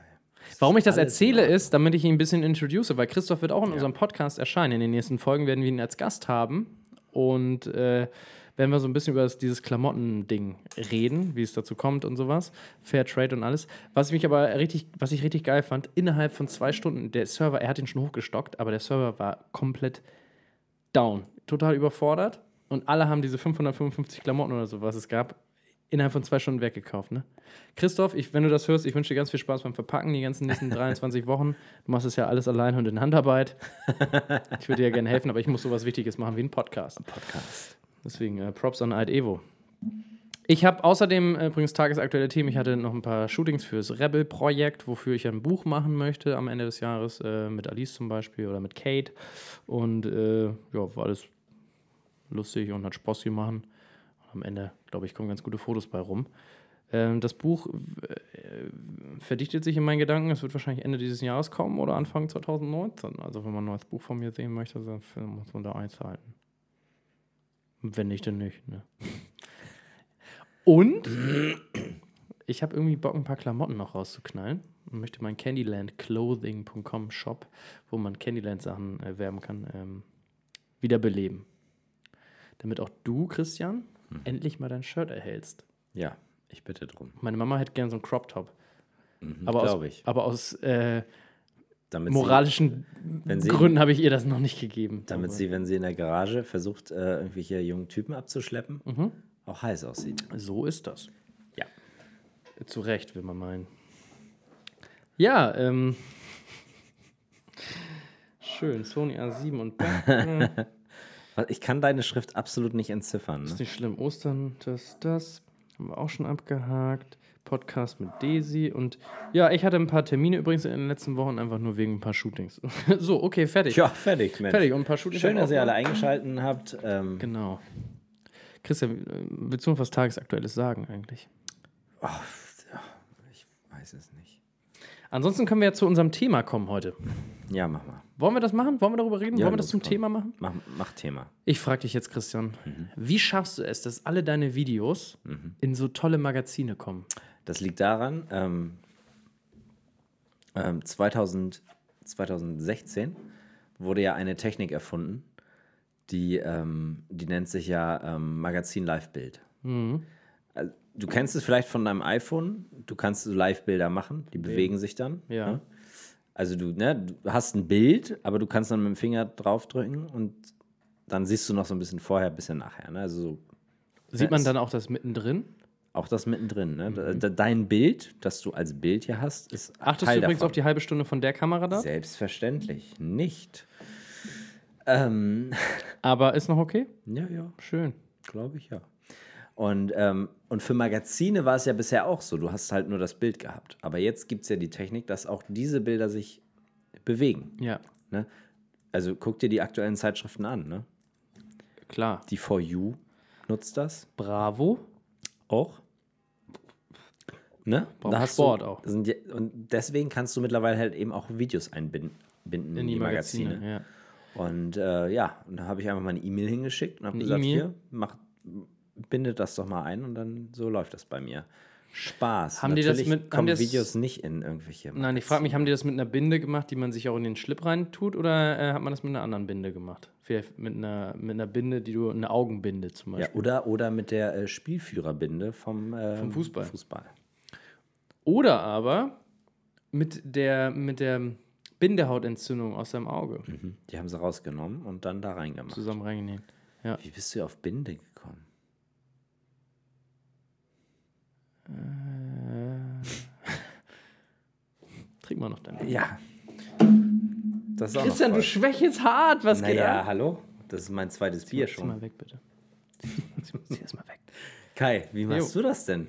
Es
Warum
ist
ich das
alles in
erzähle,
Ordnung.
ist, damit ich ihn ein bisschen introduce, weil Christoph wird auch in unserem Podcast erscheinen. In den nächsten Folgen werden wir ihn als Gast haben und äh, werden wir so ein bisschen über das, dieses Klamotten-Ding reden, wie es dazu kommt und sowas. Fair Trade und alles. Was ich mich aber richtig, was ich richtig geil fand, innerhalb von zwei Stunden, der Server, er hat ihn schon hochgestockt, aber der Server war komplett down, total überfordert und alle haben diese 555 Klamotten oder so, was es gab, innerhalb von zwei Stunden weggekauft. Ne? Christoph, ich, wenn du das hörst, ich wünsche dir ganz viel Spaß beim Verpacken die ganzen nächsten 23 Wochen. Du machst es ja alles allein und in Handarbeit. Ich würde dir ja gerne helfen, aber ich muss sowas Wichtiges machen wie einen Podcast.
Podcast.
Deswegen äh, Props an Alt Evo. Ich habe außerdem äh, übrigens tagesaktuelle Themen. Ich hatte noch ein paar Shootings fürs Rebel-Projekt, wofür ich ein Buch machen möchte am Ende des Jahres äh, mit Alice zum Beispiel oder mit Kate. Und äh, ja, war alles lustig und hat Spaß gemacht. Und am Ende, glaube ich, kommen ganz gute Fotos bei rum. Ähm, das Buch äh, verdichtet sich in meinen Gedanken. Es wird wahrscheinlich Ende dieses Jahres kommen oder Anfang 2019. Also, wenn man ein neues Buch von mir sehen möchte, dann muss man da eins halten. Wenn nicht, dann nicht. Ne? Und ich habe irgendwie Bock, ein paar Klamotten noch rauszuknallen und möchte meinen CandylandClothing.com Shop, wo man Candyland-Sachen äh, werben kann, ähm, wiederbeleben. Damit auch du, Christian,
Hm.
endlich mal dein Shirt erhältst.
Ja, ich bitte drum.
Meine Mama hätte gern so einen Crop-Top.
Mhm,
Aber aus,
Glaube ich.
aber aus äh,
Damit sie-
moralischen
wenn sie-
Gründen habe ich ihr das noch nicht gegeben.
Damit
Aber-
sie, wenn sie in der Garage versucht, äh, irgendwelche jungen Typen abzuschleppen,
Mhm.
auch heiß aussieht.
So ist das.
Ja.
Zu Recht, will man meinen. Ja, ähm. [laughs] Schön, Sony A7 und Beck, ne?
Ich kann deine Schrift absolut nicht entziffern. Ne?
Ist nicht schlimm. Ostern, das, das. Haben wir auch schon abgehakt. Podcast mit Daisy und ja, ich hatte ein paar Termine übrigens in den letzten Wochen einfach nur wegen ein paar Shootings. [laughs] so, okay,
[laughs]
fertig.
Ja, fertig, Mensch.
Fertig oh, und ein paar Shootings.
Schön,
haben wir
dass ihr alle
aufgenommen.
eingeschaltet habt. Ähm,
Genau. Christian, äh, willst du noch was Tagesaktuelles sagen eigentlich?
oh, ich
Genau.
weiß es nicht.
Ansonsten können wir ja zu unserem Thema kommen heute.
Ja, mach mal.
Wollen wir das machen? Wollen wir darüber reden?
Ja,
Wollen wir das
los,
zum
komm.
Thema machen?
Mach, mach Thema.
Ich frage dich jetzt, Christian,
Mhm.
wie schaffst du es, dass alle deine Videos in so tolle Magazine kommen?
Das liegt daran, ähm, ähm, 2000, 2016 wurde ja eine Technik erfunden, die, ähm, die nennt sich ja ähm, Magazin Live-Bild.
Mhm.
Also, du kennst es vielleicht von deinem iPhone, du kannst so Live-Bilder machen, die bewegen sich dann.
Ja.
ne? Also du, ne, du hast ein Bild, aber du kannst dann mit dem Finger draufdrücken und dann siehst du noch so ein bisschen vorher, ein bisschen nachher. Ne? Also so
Sieht
Ja,
man
es-
dann auch das mittendrin?
auch das mittendrin. Ne?
Mhm.
De- de- Dein Bild, das du als Bild hier hast, ist
Achtest
Teil
du übrigens
davon.
auf die halbe Stunde von der Kamera da?
Selbstverständlich nicht. Ähm,
Aber ist noch okay?
ja, ja,
Schön.
glaube ich ja. Und, ähm, und für Magazine war es ja bisher auch so. Du hast halt nur das Bild gehabt. Aber jetzt gibt es ja die Technik, dass auch diese Bilder sich bewegen.
Ja,
Ne? Also guck dir die aktuellen Zeitschriften an. Ne?
klar.
Die For You nutzt das
Bravo.
auch. Ne?
Braucht Sport
du,
auch.
Sind, die- und deswegen kannst du mittlerweile halt eben auch Videos einbinden binden in die Magazine.
Ja.
Und äh, ja, und da habe ich einfach mal eine E-Mail hingeschickt und habe
Eine
gesagt,
E-Mail?
hier, mach, bindet das doch mal ein und dann so läuft das bei mir. Spaß.
Haben die das mit- haben
kommen
die das-
Videos nicht in irgendwelche.
Nein, ich frage mich, haben die das mit einer Binde gemacht, die man sich auch in den Schlip reintut, oder äh, hat man das mit einer anderen Binde gemacht? Vielleicht mit einer, mit einer Binde, die du, eine Augenbinde zum
Ja,
Beispiel.
oder, oder mit der äh, Spielführerbinde vom, äh,
Vom Fußball.
Fußball.
Oder aber mit der, mit der Bindehautentzündung aus seinem Auge
Mhm. Die haben sie rausgenommen und dann da reingemacht.
zusammen reingenäht. Ja.
Wie bist du auf Binde gekommen?
Trink mal noch deinen.
Ja. Das ist auch
Christian,
noch voll.
du schwächelst hart, was geht
Naja,
ab?
hallo? Das ist mein zweites Bier
Zieh mal
schon.
weg, bitte. Zieh- Zieh das mal weg.
Kai, wie machst
Jo.
du das denn?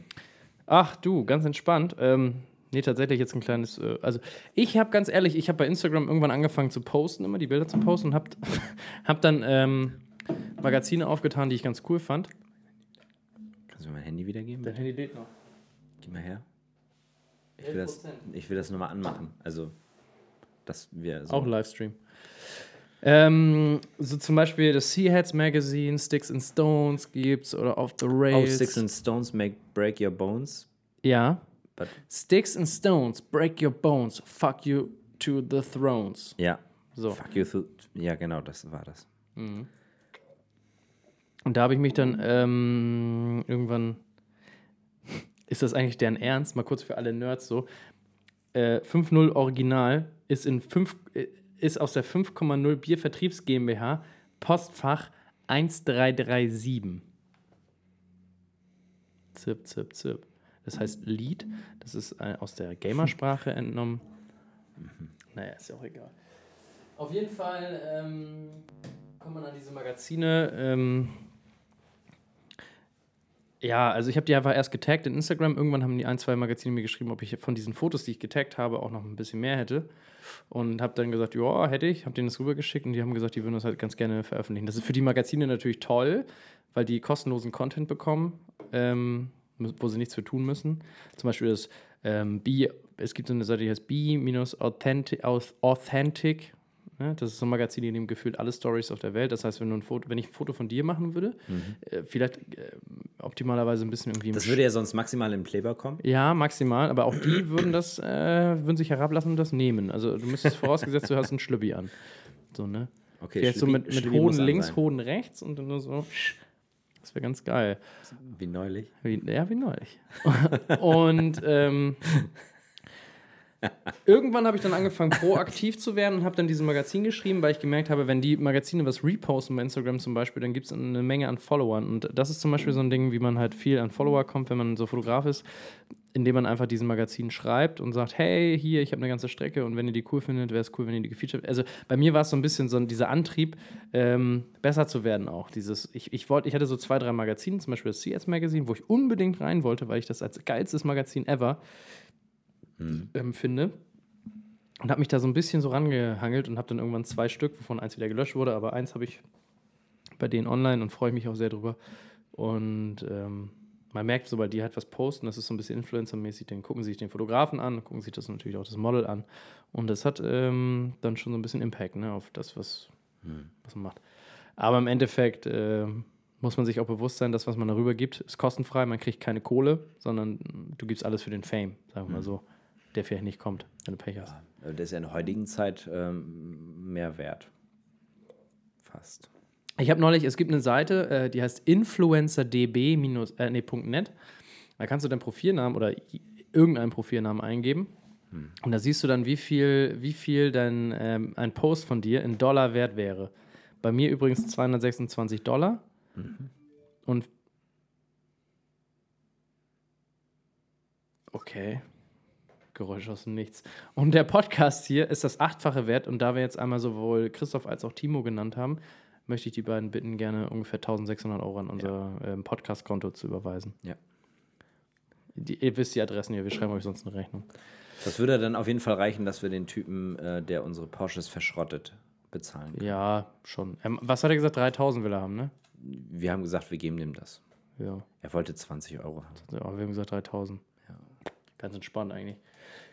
Ach du, ganz entspannt. Ähm, nee, tatsächlich jetzt ein kleines. Äh, also, ich habe ganz ehrlich, ich habe bei Instagram irgendwann angefangen zu posten, immer die Bilder zu posten und habe hab [laughs] dann ähm, Magazine aufgetan, die ich ganz cool fand.
Kannst du mir mein Handy wiedergeben?
Dein Handy lädt noch.
Gib mal her. Ich will das,
11%.
ich will das nochmal anmachen. Also, dass wir so.
Auch Livestream. Ähm, so zum Beispiel das Seaheads Magazine, Sticks and Stones gibt's oder Off the
oh,
Rails.
Sticks and Stones make break your bones.
ja.
But,
Sticks and Stones, break your bones, fuck you to the thrones.
ja.
So.
Fuck you. thu- Ja, genau, das war das.
Und da habe ich mich dann ähm, irgendwann. [laughs] Ist das eigentlich deren Ernst? Mal kurz für alle Nerds so. Äh, 5.0 Original ist, in 5, äh, ist aus der 5,0 Biervertriebs GmbH, Postfach 1337. Zip, zip, zip. Das heißt Lied. Das ist äh, aus der Gamersprache entnommen. Naja, ist ja auch egal. Auf jeden Fall ähm, kommt man an diese Magazine. Ähm, ja, also ich habe die einfach erst getaggt in Instagram. Irgendwann haben die ein, zwei Magazine mir geschrieben, ob ich von diesen Fotos, die ich getaggt habe, auch noch ein bisschen mehr hätte. Und habe dann gesagt, ja, hätte ich. Habe denen das rübergeschickt und die haben gesagt, die würden das halt ganz gerne veröffentlichen. Das ist für die Magazine natürlich toll, weil die kostenlosen Content bekommen, ähm, mü- wo sie nichts für tun müssen. Zum Beispiel das ähm, B, es gibt so eine Seite, die heißt B-Authentic. Authentic, Ne? Das ist so ein Magazin, in dem gefühlt alle Stories auf der Welt. Das heißt, wenn, du ein Foto, wenn ich ein Foto von dir machen würde, äh, vielleicht äh, optimalerweise ein bisschen irgendwie. im
Das würde ja sonst maximal im Kleber kommen.
ja, maximal, aber auch die würden das, äh, würden sich herablassen und das nehmen. Also du müsstest vorausgesetzt, du hast einen Schlüppi an. So, ne?
Okay,
Vielleicht so
Schlüppi-
mit, mit
Schlüppi muss
Hoden
an
links,
sein.
Hoden rechts und dann nur so. Das wäre ganz geil.
Wie neulich.
Wie, ja,
[laughs]
wie neulich. und ähm, irgendwann habe ich dann angefangen, proaktiv zu werden und habe dann diesem Magazin geschrieben, weil ich gemerkt habe, wenn die Magazine was reposten bei Instagram zum Beispiel, dann gibt es eine Menge an Followern. Und das ist zum Beispiel so ein Ding, wie man halt viel an Follower kommt, wenn man so Fotograf ist. indem man einfach diesen Magazin schreibt und sagt, hey, hier, ich habe eine ganze Strecke und wenn ihr die cool findet, wäre es cool, wenn ihr die gefeatured Also bei mir war es so ein bisschen so ein- dieser Antrieb, ähm, besser zu werden auch. Dieses, ich, ich, wollte, ich hatte so zwei, drei Magazine, zum Beispiel das CS Magazin, wo ich unbedingt rein wollte, weil ich das als geilstes Magazin ever ähm, finde. Und habe mich da so ein bisschen so rangehangelt und habe dann irgendwann zwei Stück, wovon eins wieder gelöscht wurde, aber eins habe ich bei denen online und freue mich auch sehr drüber. Und ähm, man merkt, sobald die halt was posten, das ist so ein bisschen influencermäßig, dann gucken sie sich den Fotografen an, gucken sich das natürlich auch das Model an. Und das hat ähm, dann schon so ein bisschen Impact ne, auf das, was, was man macht. Aber im Endeffekt ähm, muss man sich auch bewusst sein, das, was man darüber gibt, ist kostenfrei, man kriegt keine Kohle, sondern mm, du gibst alles für den Fame, sagen wir mal so, der vielleicht nicht kommt, wenn du Pech hast.
Das ist ja in der heutigen Zeit ähm, mehr wert. Fast.
Ich habe neulich, es gibt eine Seite, äh, die heißt influencerdb-net. Äh, nee, Punkt net. da kannst du deinen Profilnamen oder i- irgendeinen Profilnamen eingeben. Und da siehst du dann, wie viel, wie viel dein, ähm, ein Post von dir in Dollar wert wäre. Bei mir übrigens 226 Dollar. Und. Okay. Geräusch aus dem Nichts. Und der Podcast hier ist das achtfache wert. Und da wir jetzt einmal sowohl Christoph als auch Timo genannt haben, möchte ich die beiden bitten, gerne ungefähr 1600 Euro an unser ähm, Podcast-Konto zu überweisen.
Ja.
Die, ihr wisst die Adressen hier, wir schreiben euch sonst eine Rechnung.
Das würde dann auf jeden Fall reichen, dass wir den Typen, äh, der unsere Porsches verschrottet, bezahlen.
Ja, schon. Ähm, was hat er gesagt? 3000 will er haben, ne?
Wir haben gesagt, wir geben dem das.
Ja.
Er wollte 20 Euro haben.
Ja, wir haben gesagt 3000. Ganz entspannt eigentlich.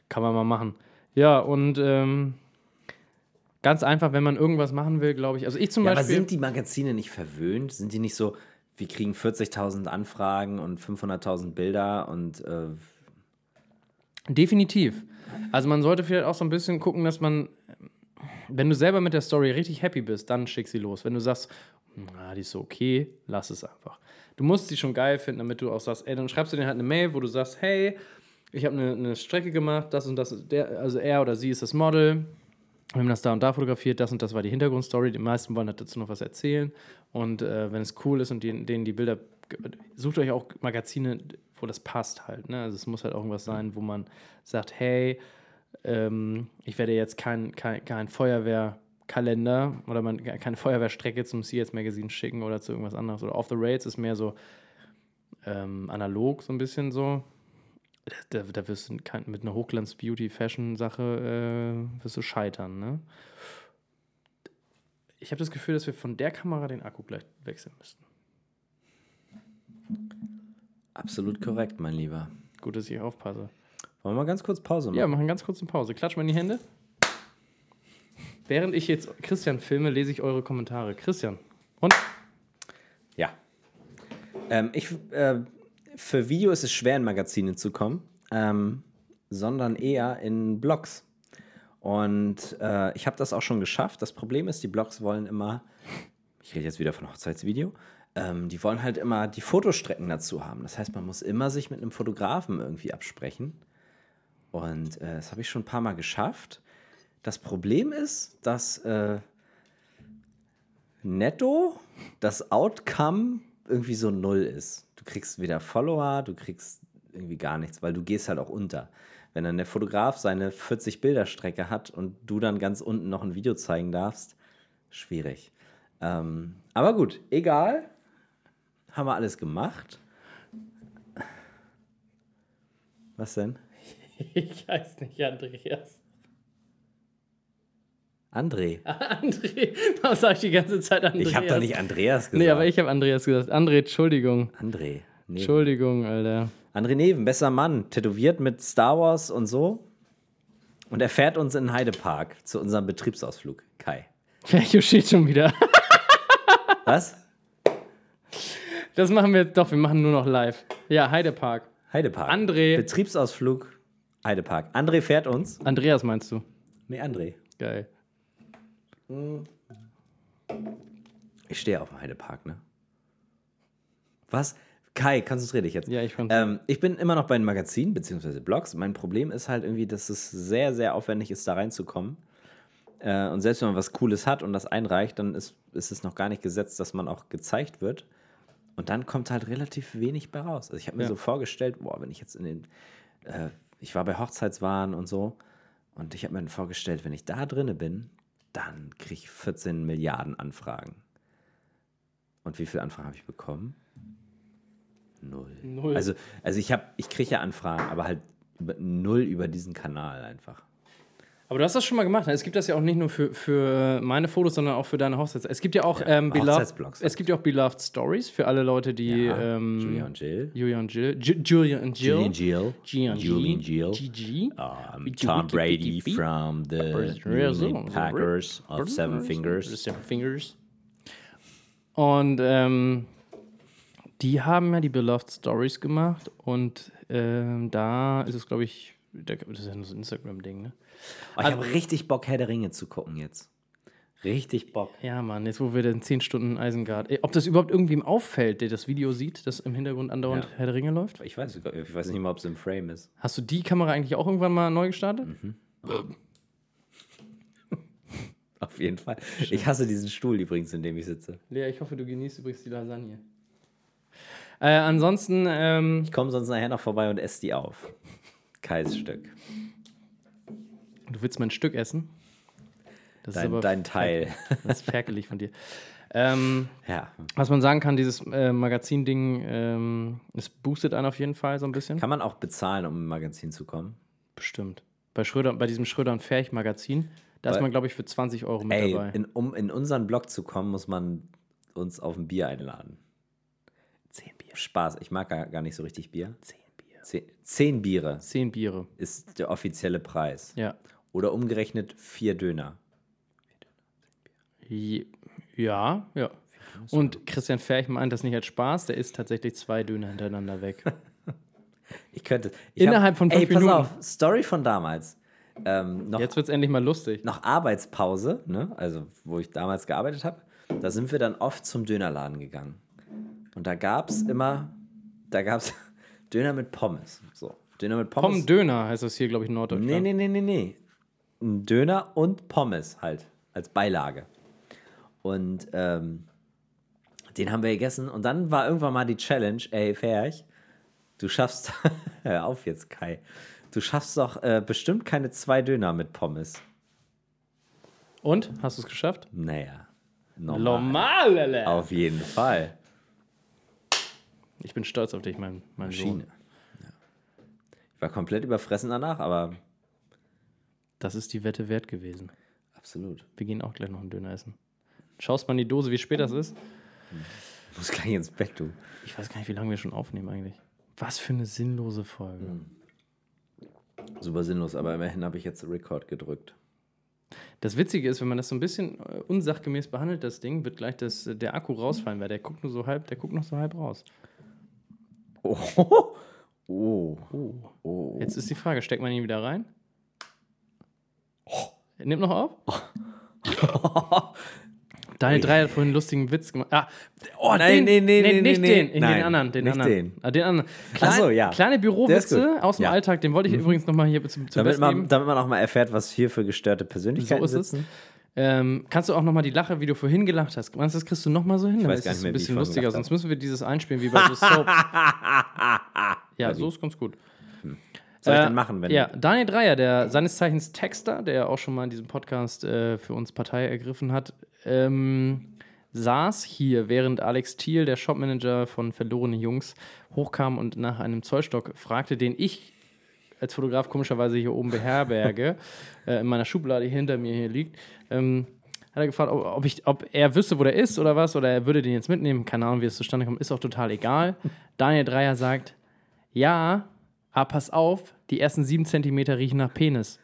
Kann man mal machen. Ja, und ähm, ganz einfach, wenn man irgendwas machen will, glaube ich. Also ich zum
Ja, aber
Beispiel.
sind die Magazine nicht verwöhnt? Sind die nicht so, wir kriegen 40.000 Anfragen und 500.000 Bilder und äh,
Definitiv. Also man sollte vielleicht auch so ein bisschen gucken, dass man, wenn du selber mit der Story richtig happy bist, dann schick sie los. Wenn du sagst, na, die ist so okay, lass es einfach. Du musst sie schon geil finden, damit du auch sagst, ey, dann schreibst du denen halt eine Mail, wo du sagst, hey, ich habe eine, eine Strecke gemacht, das und das, ist der, also er oder sie ist das Model, wir haben das da und da fotografiert, das und das war die Hintergrundstory. Die meisten wollen halt dazu noch was erzählen. Und äh, wenn es cool ist und die, denen die Bilder, sucht euch auch Magazine, wo das passt halt. Ne? Also es muss halt auch irgendwas sein, wo man sagt, hey, ähm, ich werde jetzt kein, kein, kein Feuerwehrkalender oder man, keine Feuerwehrstrecke zum CS Magazine schicken oder zu irgendwas anderes. Oder Off the Rails ist mehr so ähm, analog, so ein bisschen so. Da, da, da wirst du kein, mit einer Hochglanz-Beauty-Fashion-Sache äh, wirst du scheitern, ne? Ich habe das Gefühl, dass wir von der Kamera den Akku gleich wechseln müssen.
absolut korrekt, mein Lieber.
Gut, dass ich aufpasse.
Wollen wir mal ganz kurz Pause machen?
Ja, machen ganz kurz eine Pause. Klatsch mal in die Hände. Während ich jetzt Christian filme, lese ich eure Kommentare. Christian. Und?
Ja. Ähm, ich, äh, für Video ist es schwer, in Magazine zu kommen, ähm, sondern eher in Blogs. Und äh, ich habe das auch schon geschafft. Das Problem ist, die Blogs wollen immer, ich rede jetzt wieder von Hochzeitsvideo, ähm, die wollen halt immer die Fotostrecken dazu haben. Das heißt, man muss immer sich mit einem Fotografen irgendwie absprechen. Und äh, das habe ich schon ein paar Mal geschafft. Das Problem ist, dass äh, netto das Outcome irgendwie so null ist. Du kriegst weder Follower, du kriegst irgendwie gar nichts, weil du gehst halt auch unter. Wenn dann der Fotograf seine 40 Bilderstrecke hat und du dann ganz unten noch ein Video zeigen darfst, schwierig. Ähm, aber gut, egal. Haben wir alles gemacht. Was denn?
[laughs] Ich heiße nicht Andreas.
André.
André. Warum sage ich die ganze Zeit Andreas?
Ich habe doch nicht Andreas gesagt.
Nee, aber ich habe Andreas gesagt. André, Entschuldigung.
André. Nee.
Entschuldigung, Alter.
André Neven, besser Mann, tätowiert mit Star Wars und so. Und er fährt uns in den Heidepark zu unserem Betriebsausflug. Kai.
Fercho steht schon wieder.
Was?
Das machen wir jetzt doch, wir machen nur noch live. Ja, Heidepark.
Heidepark.
André.
Betriebsausflug, Heidepark. André fährt uns.
Andreas meinst du?
Nee, André.
Geil.
Ich stehe auf dem Heidepark, ne? Was? Kai, konzentrier dich jetzt.
Ja, ich konzentrier-
ähm, Ich bin immer noch bei den Magazinen bzw. Blogs. Mein Problem ist halt irgendwie, dass es sehr, sehr aufwendig ist, da reinzukommen. Äh, und selbst wenn man was Cooles hat und das einreicht, dann ist, ist es noch gar nicht gesetzt, dass man auch gezeigt wird. Und dann kommt halt relativ wenig bei raus. Also ich habe mir
Ja.
so vorgestellt, boah, wenn ich jetzt in den äh, ich war bei Hochzeitswaren und so. Und ich habe mir dann vorgestellt, wenn ich da drinne bin, dann kriege ich 14 Milliarden Anfragen. Und wie viele Anfragen habe ich bekommen? Null.
Null.
Also, also ich, hab- ich kriege ja Anfragen, aber halt über, null über diesen Kanal einfach.
Aber du hast das schon mal gemacht. ne? Es gibt das ja auch nicht nur für, für meine Fotos, sondern auch für deine Hochzeits. Es gibt ja auch ähm, Beloved,
Hochzeitsblogs halt.
Es gibt ja auch Beloved Stories für alle Leute, die
Ja,
ähm,
Julia und Jill.
Julia und Jill. Ju- Julia und Jill.
Julian Jill.
Gian G.
Julian Jill.
GG.
Um,
Wiki,
Tom
wiki,
Brady
wiki, wiki.
from the New England Packers of Seven Fingers.
Seven Fingers. Und ähm, die haben ja die Beloved Stories gemacht und ähm, da ist es, glaube ich, da- das ist ja nur so ein Instagram-Ding, ne?
Oh, ich habe richtig Bock, Herr der Ringe zu gucken jetzt. Richtig Bock.
Ja, Mann, jetzt wo wir den 10 Stunden Isengard. Ey, Ob das überhaupt irgendwem auffällt, der das Video sieht, das im Hintergrund andauernd
Ja.
Herr der Ringe läuft?
Ich weiß, sogar- ich weiß nicht mal, ob es im Frame ist.
Hast du die Kamera eigentlich auch irgendwann mal neu gestartet?
Mhm. Auf jeden Fall. Ich hasse diesen Stuhl übrigens, in dem ich sitze.
Lea, ich hoffe, du genießt übrigens die Lasagne. Äh, ansonsten, ähm,
Ich komme sonst nachher noch vorbei und esse die auf. Kais Stück.
du willst mein Stück essen? Das
Dein, dein Teil.
Das ist ferkelig von dir. Ähm,
Ja.
was man sagen kann, dieses äh, Magazin-Ding, ähm, es boostet einen auf jeden Fall so ein bisschen.
Kann man auch bezahlen, um im Magazin zu kommen?
Bestimmt. Bei, Schröder, bei diesem Schröder und Ferch-Magazin, da ist
Bei-
man, glaube ich, für 20 Euro mit
Ey,
dabei.
in, um in unseren Blog zu kommen, muss man uns auf ein Bier einladen. Zehn Bier. Spaß. Ich mag gar, gar nicht so richtig Bier. Zehn Bier. Zehn, zehn Biere
10 Biere.
ist der offizielle Preis.
Ja.
Oder umgerechnet vier Döner.
Je- Ja, ja. Und Christian Ferch meint das nicht als Spaß, der isst tatsächlich zwei Döner
[laughs]
hintereinander weg.
Ich könnte. Ich
Innerhalb von
ey,
fünf
pass
Minuten.
auf. Story von damals. Ähm, noch
Jetzt wird es endlich mal lustig.
nach Arbeitspause, ne? also wo ich damals gearbeitet habe, da sind wir dann oft zum Dönerladen gegangen. Und da gab es immer, da gab es [laughs] Döner mit Pommes. So, Döner mit Pommes.
Pommes Döner heißt das hier, glaube ich, in Norddeutschland.
nee, nee, nee, nee, nee. Ein Döner und Pommes halt als Beilage. Und ähm, den haben wir gegessen. Und dann war irgendwann mal die Challenge, ey, Ferch, du schaffst, [laughs] hör auf jetzt, Kai, du schaffst doch äh, bestimmt keine zwei Döner mit Pommes.
Und? Hast du es geschafft?
Naja, normal.
Normal.
Auf jeden Fall.
Ich bin stolz auf dich, mein, mein Sohn.
Schiene. Ich war komplett überfressen danach, aber
Das ist die Wette wert gewesen.
absolut. [laughs]
Wir gehen auch gleich noch einen Döner essen. Schaust mal in die Dose, wie spät das ist.
Ich muss gleich ins Bett, du.
Ich weiß gar nicht, wie lange wir schon aufnehmen eigentlich. Was für eine sinnlose Folge.
Mhm. Super sinnlos, aber immerhin habe ich jetzt Record gedrückt.
Das Witzige ist, wenn man das so ein bisschen äh, unsachgemäß behandelt, das Ding, wird gleich das, äh, der Akku rausfallen, weil der guckt nur so halb, der guckt noch so halb raus. [laughs]
Oh. Oh. Oh.
Jetzt ist die Frage, steckt man ihn wieder rein?
Oh.
Er Nimmt
[laughs]
noch auf? Daniel Drey hat vorhin einen lustigen Witz gemacht. Ah, oh,
Nein,
den,
nee, nee, nee,
nicht
nee,
den,
nee.
in
Nein,
den anderen, den
nicht
anderen.
den.
Ah, den anderen.
Ach
Klein,
so, ja.
Kleine
Der ist
Bürowitze
gut.
aus dem
Ja. Mhm.
Alltag, den wollte ich übrigens nochmal hier zum, zum
Damit
Besten
man,
geben.
damit man auch mal erfährt, was hier für gestörte
So
Persönlichkeiten
ist es.
sitzen.
Ähm, kannst du auch nochmal die Lache, wie du vorhin gelacht hast, meinst du, das kriegst du nochmal so hin? Ich
weiß gar nicht
ist es
mehr, wie
ein
ich
bisschen
vorhin
lustiger,
gelacht
sonst müssen wir dieses einspielen wie bei
[laughs]
so Soap. ja, so ist ganz gut.
Soll ich
Äh,
denn machen, wenn
Ja, Daniel Dreier, der seines Zeichens Texter, der ja auch schon mal in diesem Podcast äh, für uns Partei ergriffen hat, ähm, saß hier, während Alex Thiel, der Shopmanager von Verlorene Jungs, hochkam und nach einem Zollstock fragte, den ich als Fotograf komischerweise hier
[laughs]
oben beherberge, äh, in meiner Schublade hier hinter mir hier liegt, ähm, hat er gefragt, ob, ob, ich, ob er wüsste, wo der ist oder was, oder er würde den jetzt mitnehmen. Keine Ahnung, wie es zustande kommt, ist auch
[laughs]
total egal. Daniel Dreier sagt, ja, aber pass auf, die ersten sieben Zentimeter riechen nach Penis.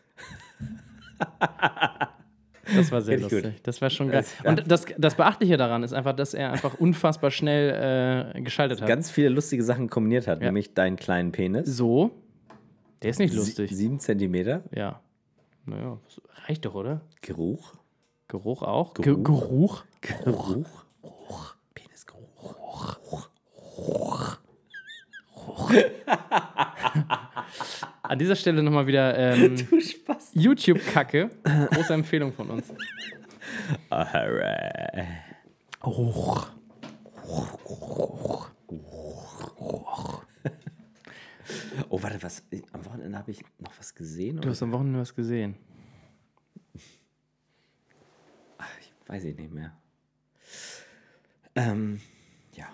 Das war
Finde
sehr
ich gut.
lustig. Das war schon geil.
Das- ja.
Und das, das Beachtliche daran ist einfach, dass er einfach unfassbar schnell äh, geschaltet hat.
Ganz viele lustige Sachen kombiniert hat,
Ja.
nämlich deinen kleinen Penis.
so, der ist nicht
Sie-
lustig.
Sieben Zentimeter.
Ja. Naja, reicht doch, oder?
Geruch.
Geruch auch? Ge- Geruch?
Geruch. Ruch. Penisgeruch.
An dieser Stelle nochmal
[laughs]
wieder ähm,
Du Spaß.
YouTube-Kacke. Große Empfehlung von uns.
Alright.
Geruch.
Oh, Oh, warte, was? Am Wochenende habe ich noch was gesehen?
Du hast am Wochenende was gesehen.
Ach, ich weiß ich nicht mehr. Ähm, ja.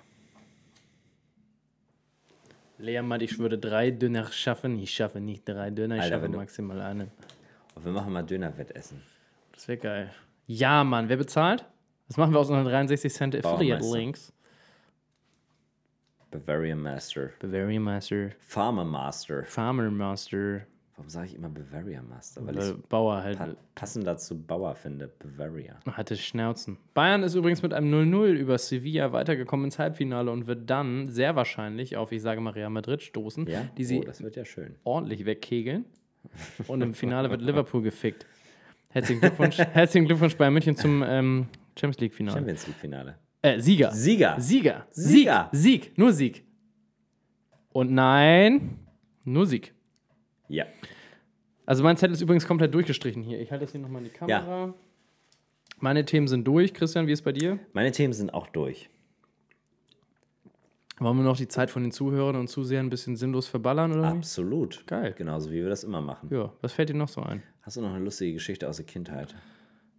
Lea Matt, ich würde drei Döner schaffen. Ich schaffe nicht drei Döner, ich
Alter,
schaffe
wenn du-
maximal einen.
Und wir machen mal Dönerwettessen.
Das wäre geil. Ja, Mann, wer bezahlt? Das machen wir aus unseren 63 Cent Affiliate
Bauermeister.
Links.
Bavarian Master.
Bavarian Master,
Farmer Master.
Farmer Master,
Warum sage ich immer Bavarian Master? Weil ich
äh, Bauer halt.
pa passender zu Bauer finde. Bavaria.
Hatte Schnauzen. Bayern ist übrigens mit einem 0-0 über Sevilla weitergekommen ins Halbfinale und wird dann sehr wahrscheinlich auf, ich sage mal, Real Madrid stoßen,
Ja?
die sie
oh, das wird ja schön.
ordentlich wegkegeln. Und im
[laughs]
Finale wird Liverpool gefickt. Herzlichen Glückwunsch, herzlichen Glückwunsch Bayern München zum ähm, Champions League-Finale.
Champions League-Finale.
Äh, Sieger.
Sieger.
Sieger.
Sieger.
Sieg. Sieg. Nur Sieg. Und nein, nur Sieg.
Ja.
Also mein Zettel ist übrigens komplett durchgestrichen hier. Ich halte das hier nochmal in die Kamera. Meine Themen sind durch. Christian, wie ist bei dir?
Meine Themen sind auch durch.
Wollen wir noch die Zeit von den Zuhörern und Zusehern ein bisschen sinnlos verballern oder nicht?
Absolut.
Mhm. Geil.
Genauso wie wir das immer machen.
Ja, was fällt dir noch so ein?
Hast du noch eine lustige Geschichte aus der Kindheit?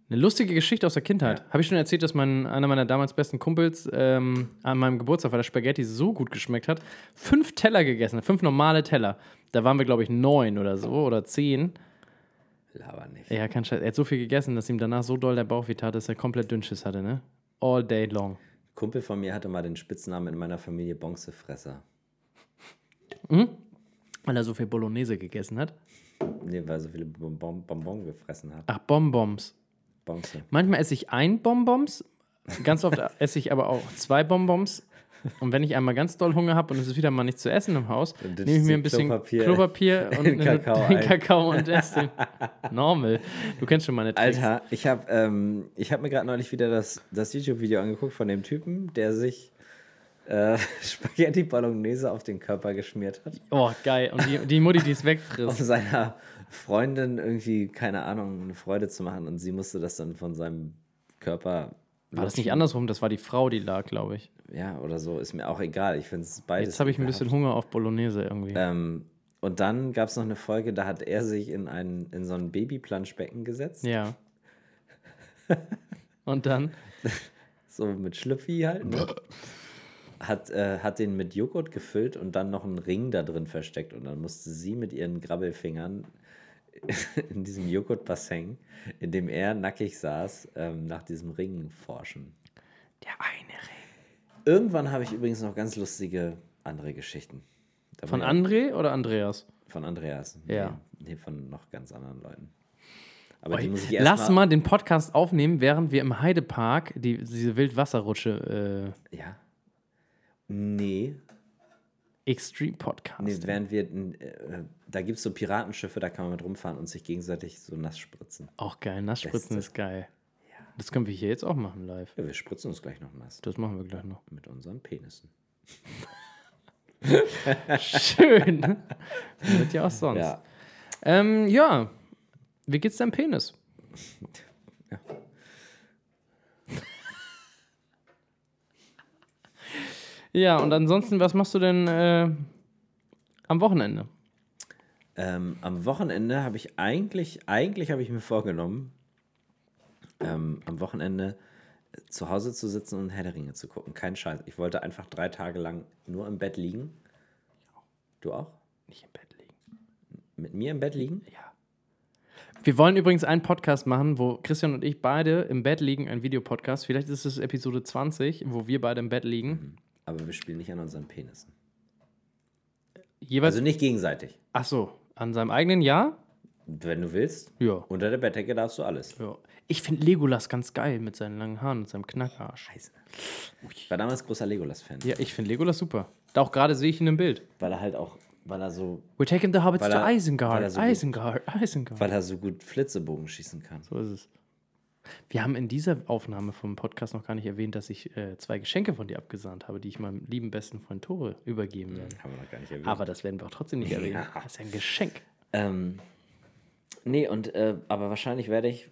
Eine lustige Geschichte aus der Kindheit. Habe ich schon erzählt, dass mein, einer meiner damals besten Kumpels ähm, an meinem Geburtstag, weil der Spaghetti so gut geschmeckt hat, fünf Teller gegessen hat, fünf normale Teller. Da waren wir, glaube ich, neun oder so oder zehn.
Laber nicht.
Ja, kein Scheiß. Er hat so viel gegessen, dass ihm danach so doll der Bauch weh tat, dass er komplett Dünnschiss hatte, ne? All day long.
Kumpel von mir hatte mal den Spitznamen in meiner Familie Bonzefresser.
Weil er so viel Bolognese gegessen hat.
Nee, weil er so viele Bonbon, Bonbon gefressen hat.
Ach, Bonbons.
Bonze.
Manchmal esse ich ein Bonbons,
[laughs]
ganz oft esse ich aber auch zwei Bonbons. Und wenn ich einmal ganz doll Hunger habe und es ist wieder mal nichts zu essen im Haus,
Dann
nehme ich mir ein bisschen
Klopapier
Klopapier,
[laughs]
und
in Kakao
einen
ein.
Kakao und esse den. Normal. Du kennst schon meine Tricks.
Alter, ich habe ähm, ich hab mir gerade neulich wieder das, das YouTube-Video angeguckt von dem Typen, der sich äh, [laughs] Spaghetti Bolognese auf den Körper geschmiert hat.
Oh, geil. Und die, die Mutti, die es
Um [laughs]
wegfrisst.
seiner Freundin irgendwie, keine Ahnung, eine Freude zu machen. Und sie musste das dann von seinem Körper.
War das nicht andersrum? Das war die Frau, die lag, glaube ich.
Ja, oder so. Ist mir auch egal. Ich finde es beides.
Jetzt habe ich ein bisschen Hunger auf Bolognese irgendwie.
Ähm, und dann gab es noch eine Folge, da hat er sich in, einen, in so ein Babyplanschbecken gesetzt. [laughs]
Ja. Und dann?
So mit Schlüpfi halt.
[laughs]
Ne? Hat, äh, hat den mit Joghurt gefüllt und dann noch einen Ring da drin versteckt. Und dann musste sie mit ihren Grabbelfingern [laughs] in diesem Joghurtbassin, in dem er nackig saß, ähm, nach diesem Ring forschen.
Der eine Ring.
Irgendwann habe ich übrigens noch ganz lustige andere Geschichten. Da
Von
bin ich
André oder Andreas?
auch- von Andreas.
Ja.
Nee, nee, von noch ganz anderen Leuten. Aber die
Ey,
muss ich erst
Lass mal, den Podcast aufnehmen, während wir im Heidepark die, diese Wildwasserrutsche
Ja. Nee,
äh, Extreme
nee
Podcast.
während wir. Äh, da gibt es so Piratenschiffe, da kann man mit rumfahren und sich gegenseitig so nass spritzen.
auch geil,
Beste.
Nassspritzen ist geil. Das können wir hier jetzt auch machen live.
Ja, wir spritzen uns gleich noch nass.
Das machen wir gleich [laughs] noch.
Mit unseren Penissen.
Schön. Wird ja auch sonst. Ja.
Ja.
Ähm, ja. Wie geht's deinem Penis? Ja, und ansonsten, was machst du denn äh, am Wochenende?
Ähm, am Wochenende habe ich eigentlich, eigentlich habe ich mir vorgenommen, ähm, am Wochenende äh, zu Hause zu sitzen und Herr der Ringe zu gucken. Kein Scheiß. Ich wollte einfach drei Tage lang nur im Bett liegen. Du auch?
Nicht im Bett liegen.
Mit mir im Bett liegen?
Ja. Wir wollen übrigens einen Podcast machen, wo Christian und ich beide im Bett liegen, ein Videopodcast. Vielleicht ist es Episode 20, wo wir beide im Bett liegen.
Aber wir spielen nicht an unseren Penissen.
Jeweils.
Also nicht gegenseitig.
ach so, an seinem eigenen Jahr?
Wenn du willst,
Ja.
unter der Bettdecke darfst du alles.
ja. Ich finde Legolas ganz geil mit seinen langen Haaren und seinem Knackarsch.
Scheiße. Ich war damals großer Legolas-Fan.
Ja, ich finde Legolas super. Da auch gerade sehe ich ihn im Bild.
Weil er halt auch, weil er so,
We're taking the Hobbits
Weil
to
er- weil er
Isengard.
so gut-
Isengard, [laughs] Isengard.
weil er so gut Flitzebogen schießen kann.
So ist es. Wir haben in dieser Aufnahme vom Podcast noch gar nicht erwähnt, dass ich äh, zwei Geschenke von dir abgesandt habe, die ich meinem lieben besten Freund Tore übergeben werde.
Haben wir noch gar nicht erwähnt.
Aber das werden wir auch trotzdem nicht erwähnen.
Ja.
Das ist ja ein Geschenk.
Ähm, nee, und äh, aber wahrscheinlich werde ich,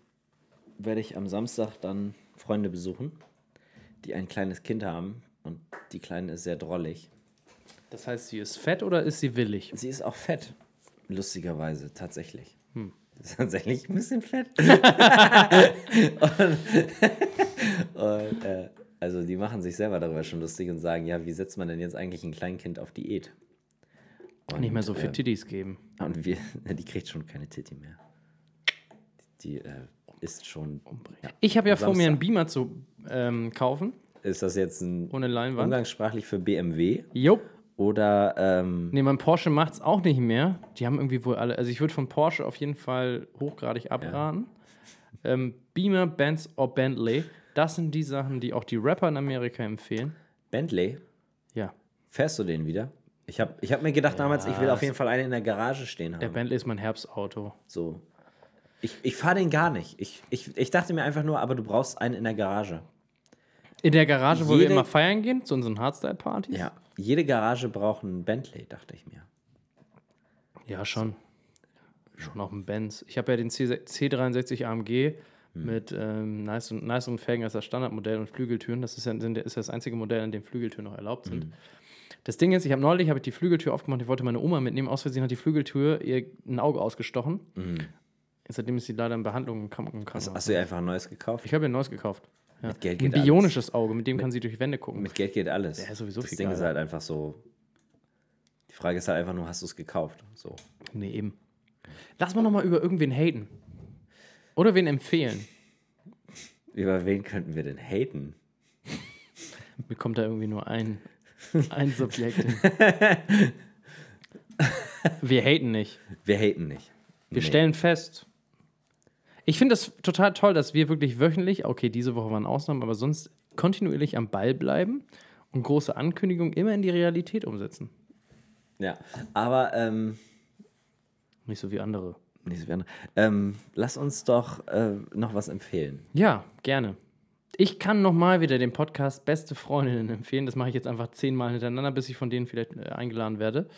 werde ich am Samstag dann Freunde besuchen, die ein kleines Kind haben. Und die Kleine ist sehr drollig.
Das heißt, sie ist fett oder ist sie willig?
Sie ist auch fett, lustigerweise, tatsächlich.
Hm.
Das ist [laughs] tatsächlich ein bisschen
[laughs]
fett. und [laughs] und äh, also die machen sich selber darüber schon lustig und sagen, ja, wie setzt man denn jetzt eigentlich ein Kleinkind auf Diät? Und,
Nicht mehr so viel
äh,
Titties geben.
Und wir, [laughs] die kriegt schon keine Titty mehr. Die äh, ist schon. Ja.
Ich habe ja vor mir
Samstag.
einen Beamer zu ähm, kaufen,
Ist das jetzt ein
ohne Leinwand.
umgangssprachlich für BMW
Jo.
oder ähm,
Nee, mein Porsche macht's auch nicht mehr. Die haben irgendwie wohl alle. Also ich würde von Porsche auf jeden Fall hochgradig abraten. Ähm, Beamer, Benz oder Bentley. Das sind die Sachen, die auch die Rapper in Amerika empfehlen.
Bentley?
Ja.
Fährst du den wieder? Ich habe ich hab mir gedacht damals, ich will auf jeden Fall einen in der Garage stehen
Der
haben.
Bentley ist mein Herbstauto.
So. Ich, ich fahre den gar nicht. Ich, ich, ich dachte mir einfach nur, aber du brauchst einen in der Garage.
In der Garage, wo wir
Jede-
immer feiern gehen, zu unseren Hardstyle-Partys.
Ja. Jede Garage braucht einen Bentley, dachte ich mir.
Ja, schon. Schon auch ein Benz. Ich habe ja den C C63 AMG
Mhm.
mit ähm, nice und, nice und Felgen als das Standardmodell und Flügeltüren. Das ist ja, sind- ist ja das einzige Modell, an dem Flügeltüren noch erlaubt
Mhm.
sind. Das Ding ist, ich habe neulich hab ich die Flügeltür aufgemacht, die wollte meine Oma mitnehmen. Aus Versehen hat die Flügeltür ihr ein Auge ausgestochen.
Mhm.
Seitdem ist sie leider in Behandlung im Kranken- im
Hast,
Krankenhaus.
hast du dir einfach ein neues gekauft?
Ich habe ihr ein neues gekauft. Ja.
Mit Geld
ein
Also, geht alles.
bionisches Auge, mit dem kann sie durch Wände gucken.
Mit Geld geht alles.
Ja, sowieso
das
viel
Ding ist
geiler.
halt einfach so. Die Frage ist halt einfach nur, hast du es gekauft? So.
Nee, eben. Lass mal nochmal über irgendwen haten. Oder wen empfehlen.
Über wen könnten wir denn haten?
Mir kommt da irgendwie nur ein, ein Subjekt hin. Wir haten nicht.
Wir haten nicht.
Wir stellen fest. Ich finde das total toll, dass wir wirklich wöchentlich, okay, diese Woche waren Ausnahmen, aber sonst kontinuierlich am Ball bleiben und große Ankündigungen immer in die Realität umsetzen.
Ja. Aber, ähm,
Nicht so wie andere.
nicht so gerne. Ähm, lass uns doch äh, noch was empfehlen.
Ja, gerne. Ich kann nochmal wieder den Podcast Beste Freundinnen empfehlen. Das mache ich jetzt einfach zehnmal hintereinander, bis ich von denen vielleicht äh, eingeladen werde.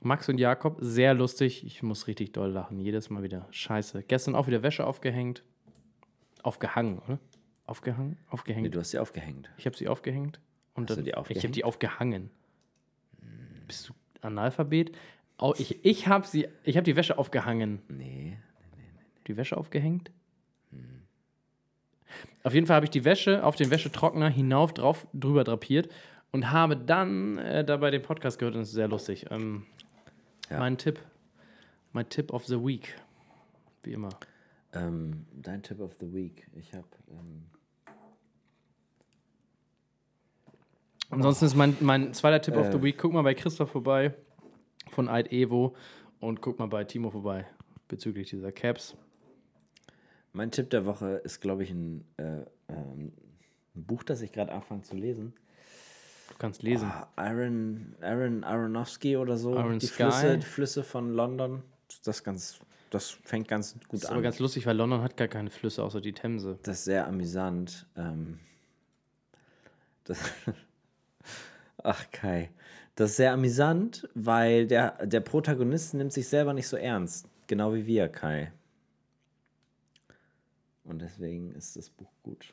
Max und Jakob, sehr lustig. Ich muss richtig doll lachen. Jedes Mal wieder. Scheiße. Gestern auch wieder Wäsche aufgehängt. Aufgehangen, oder? Aufgehangen?
Nee,
Aufgehängt.
du hast sie aufgehängt.
Ich habe sie aufgehängt. Und
Hast du
dann,
die
Ich habe
aufgehängt?
die aufgehangen. Bist du Analphabet? Au- ich ich habe sie, ich habe die Wäsche aufgehangen
Nee.
die Wäsche aufgehängt. Auf jeden Fall habe ich die Wäsche auf den Wäschetrockner hinauf drauf drüber drapiert und habe dann äh, dabei den Podcast gehört und es ist sehr lustig. Ähm,
Ja.
Mein Tipp, mein Tipp of the Week, wie immer.
Ähm, dein Tip of the Week. Ich habe. Ähm,
Ansonsten ist mein, mein zweiter Tipp of the
Äh.
Week, guck mal bei Christoph vorbei von Alt Evo und guck mal bei Timo vorbei bezüglich dieser Caps.
mein Tipp der Woche ist, glaube ich, ein, äh, ähm, ein Buch, das ich gerade anfange zu lesen.
Du kannst lesen.
Ah, Aaron, Aaron Aronofsky oder so.
Aaron
die,
Sky.
Flüsse, die Flüsse von London. Das, ganz, das fängt ganz gut
ist
an.
aber ganz lustig, weil London hat gar keine Flüsse außer die Themse.
das ist sehr amüsant. Ähm, das [laughs] Ach Kai, das ist sehr amüsant, weil der, der Protagonist nimmt sich selber nicht so ernst. Genau wie wir, Kai. Und deswegen ist das Buch gut.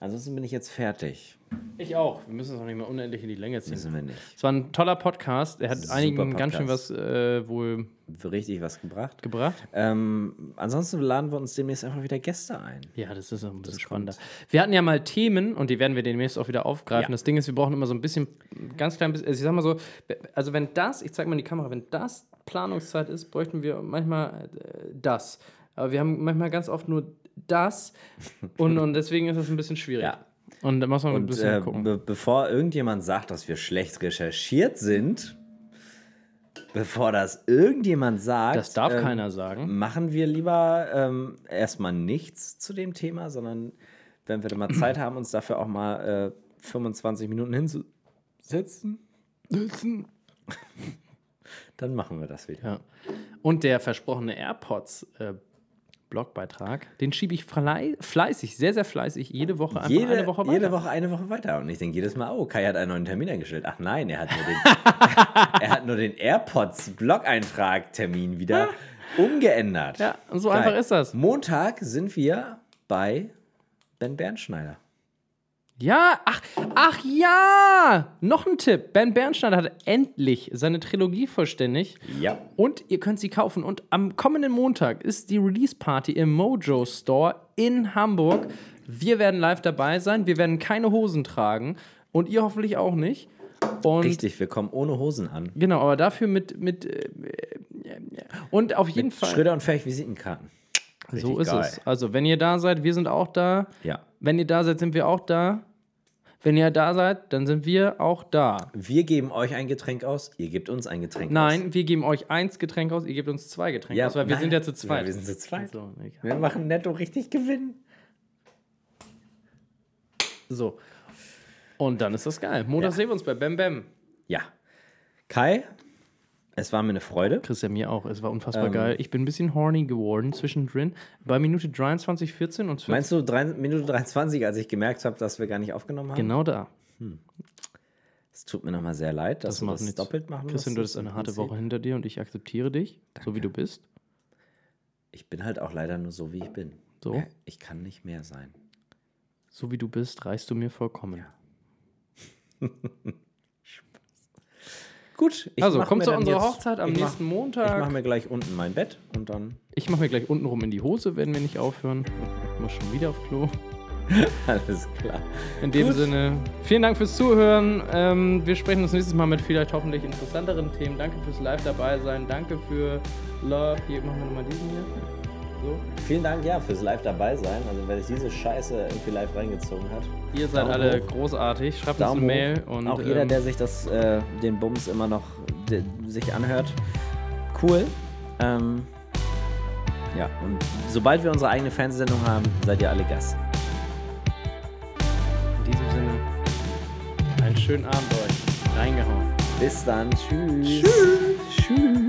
Ansonsten bin ich jetzt fertig.
Ich auch. Wir müssen es auch nicht mal unendlich in die Länge ziehen.
Wissen wir nicht.
Es war ein toller Podcast. Er hat
Super
einigen ganz schön was
Podcast.
äh, wohl
Richtig was gebracht.
gebracht.
Ähm, ansonsten laden wir uns demnächst einfach wieder Gäste ein.
Ja, das ist noch ein bisschen
kommt.
spannender. Wir hatten ja mal Themen und die werden wir demnächst auch wieder aufgreifen.
Ja.
Das Ding ist, wir brauchen immer so ein bisschen, ganz klein bisschen, also ich sag mal so, also wenn das, ich zeig mal in die Kamera, wenn das Planungszeit ist, bräuchten wir manchmal äh, das. Aber wir haben manchmal ganz oft nur [laughs] das und, und deswegen ist das ein bisschen schwierig.
Ja.
Und da muss man ein
Und
bisschen
äh,
gucken.
be bevor irgendjemand sagt, dass wir schlecht recherchiert sind, bevor das irgendjemand sagt,
Das darf
ähm,
keiner sagen.
machen wir lieber ähm, erstmal nichts zu dem Thema, sondern wenn wir dann mal Zeit haben, uns dafür auch mal äh, 25 Minuten hinzusetzen, [laughs] dann machen wir das wieder.
Ja. Und der versprochene AirPods äh, Blogbeitrag, den schiebe ich verlei- fleißig, sehr, sehr fleißig, jede Woche einfach
Jede,
eine Woche weiter.
jede Woche eine Woche weiter. Und ich denke jedes Mal, oh, Kai hat einen neuen Termin eingestellt. Ach nein, er hat nur
[laughs]
den, er hat nur den AirPods Blog-Eintrag-Termin
[laughs]
wieder umgeändert.
Ja, und so
Geil.
einfach ist das.
Montag sind wir bei Ben Bernschneider.
Ja, ach, ach ja! Noch ein Tipp. Ben Bernstein hat endlich seine Trilogie vollständig.
Ja.
Und ihr könnt sie kaufen. Und am kommenden Montag ist die Release-Party im Mojo Store in Hamburg. Wir werden live dabei sein. Wir werden keine Hosen tragen. Und ihr hoffentlich auch nicht. Und
Richtig, wir kommen ohne Hosen an.
Genau, aber dafür mit. mit äh, und auf jeden Fall.
Schröder und Ferch Visitenkarten.
so
Richtig
ist
geil.
es. Also, wenn ihr da seid, wir sind auch da.
Ja.
Wenn ihr da seid, sind wir auch da. Wenn ihr da seid, dann sind wir auch da.
Wir geben euch ein Getränk aus, ihr gebt uns ein Getränk aus.
Nein, wir geben euch eins Getränk aus, ihr gebt uns zwei Getränke
Ja,
aus, weil wir
nein.
sind ja zu zweit.
Ja, wir sind zu zweit.
So, egal.
Wir machen netto richtig Gewinn.
so. Und dann ist das geil. Montag sehen wir uns bei Bam Bam.
Ja. Kai, es war mir eine Freude.
Christian, mir auch. Es war
Ähm.
unfassbar geil. Ich bin ein bisschen horny geworden zwischendrin. Bei Minute 23, 14 und 14.
Meinst du drei, Minute 23, als ich gemerkt habe, dass wir gar nicht aufgenommen haben?
Genau da.
Es tut mir nochmal sehr leid, dass
Das
du
macht
das
nichts.
doppelt machen
Christian, du
musstest
hast eine
im
harte
Prinzip.
Woche hinter dir und ich akzeptiere dich, so wie du bist.
Ich bin halt auch leider nur so, wie ich bin.
So.
Mehr- Ich kann nicht mehr sein.
So wie du bist, reichst du mir vollkommen.
Gut. Ich
Also,
mach
kommt
mir
zu
dann
unserer
jetzt-
Hochzeit am
ich mach-
nächsten
Ich mache
Montag.
mir gleich unten mein Bett und dann [laughs]
Ich mache mir gleich untenrum in die Hose, werden wir nicht aufhören. Ich muss schon wieder auf Klo.
alles klar.
In dem
Gut.
Sinne, vielen Dank fürs Zuhören. Ähm, wir sprechen uns nächstes Mal mit vielleicht hoffentlich interessanteren Themen. Danke fürs Live dabei sein. Danke für Love. Hier machen wir nochmal diesen hier. So.
Vielen Dank, ja, fürs live dabei sein. Also, wer sich diese Scheiße irgendwie live reingezogen hat.
Ihr seid
Daumen
alle
hoch.
großartig. Schreibt
Daumen
uns eine Mail.
hoch.
Und,
Auch jeder,
ähm,
der sich das, äh, den Bums immer noch de, sich anhört. Cool. Ähm, ja, und sobald wir unsere eigene Fernsehsendung haben, seid ihr alle Gast.
in diesem Sinne, einen schönen Abend euch. Reingehauen.
Bis dann. Tschüss. Tschüss. Tschüss.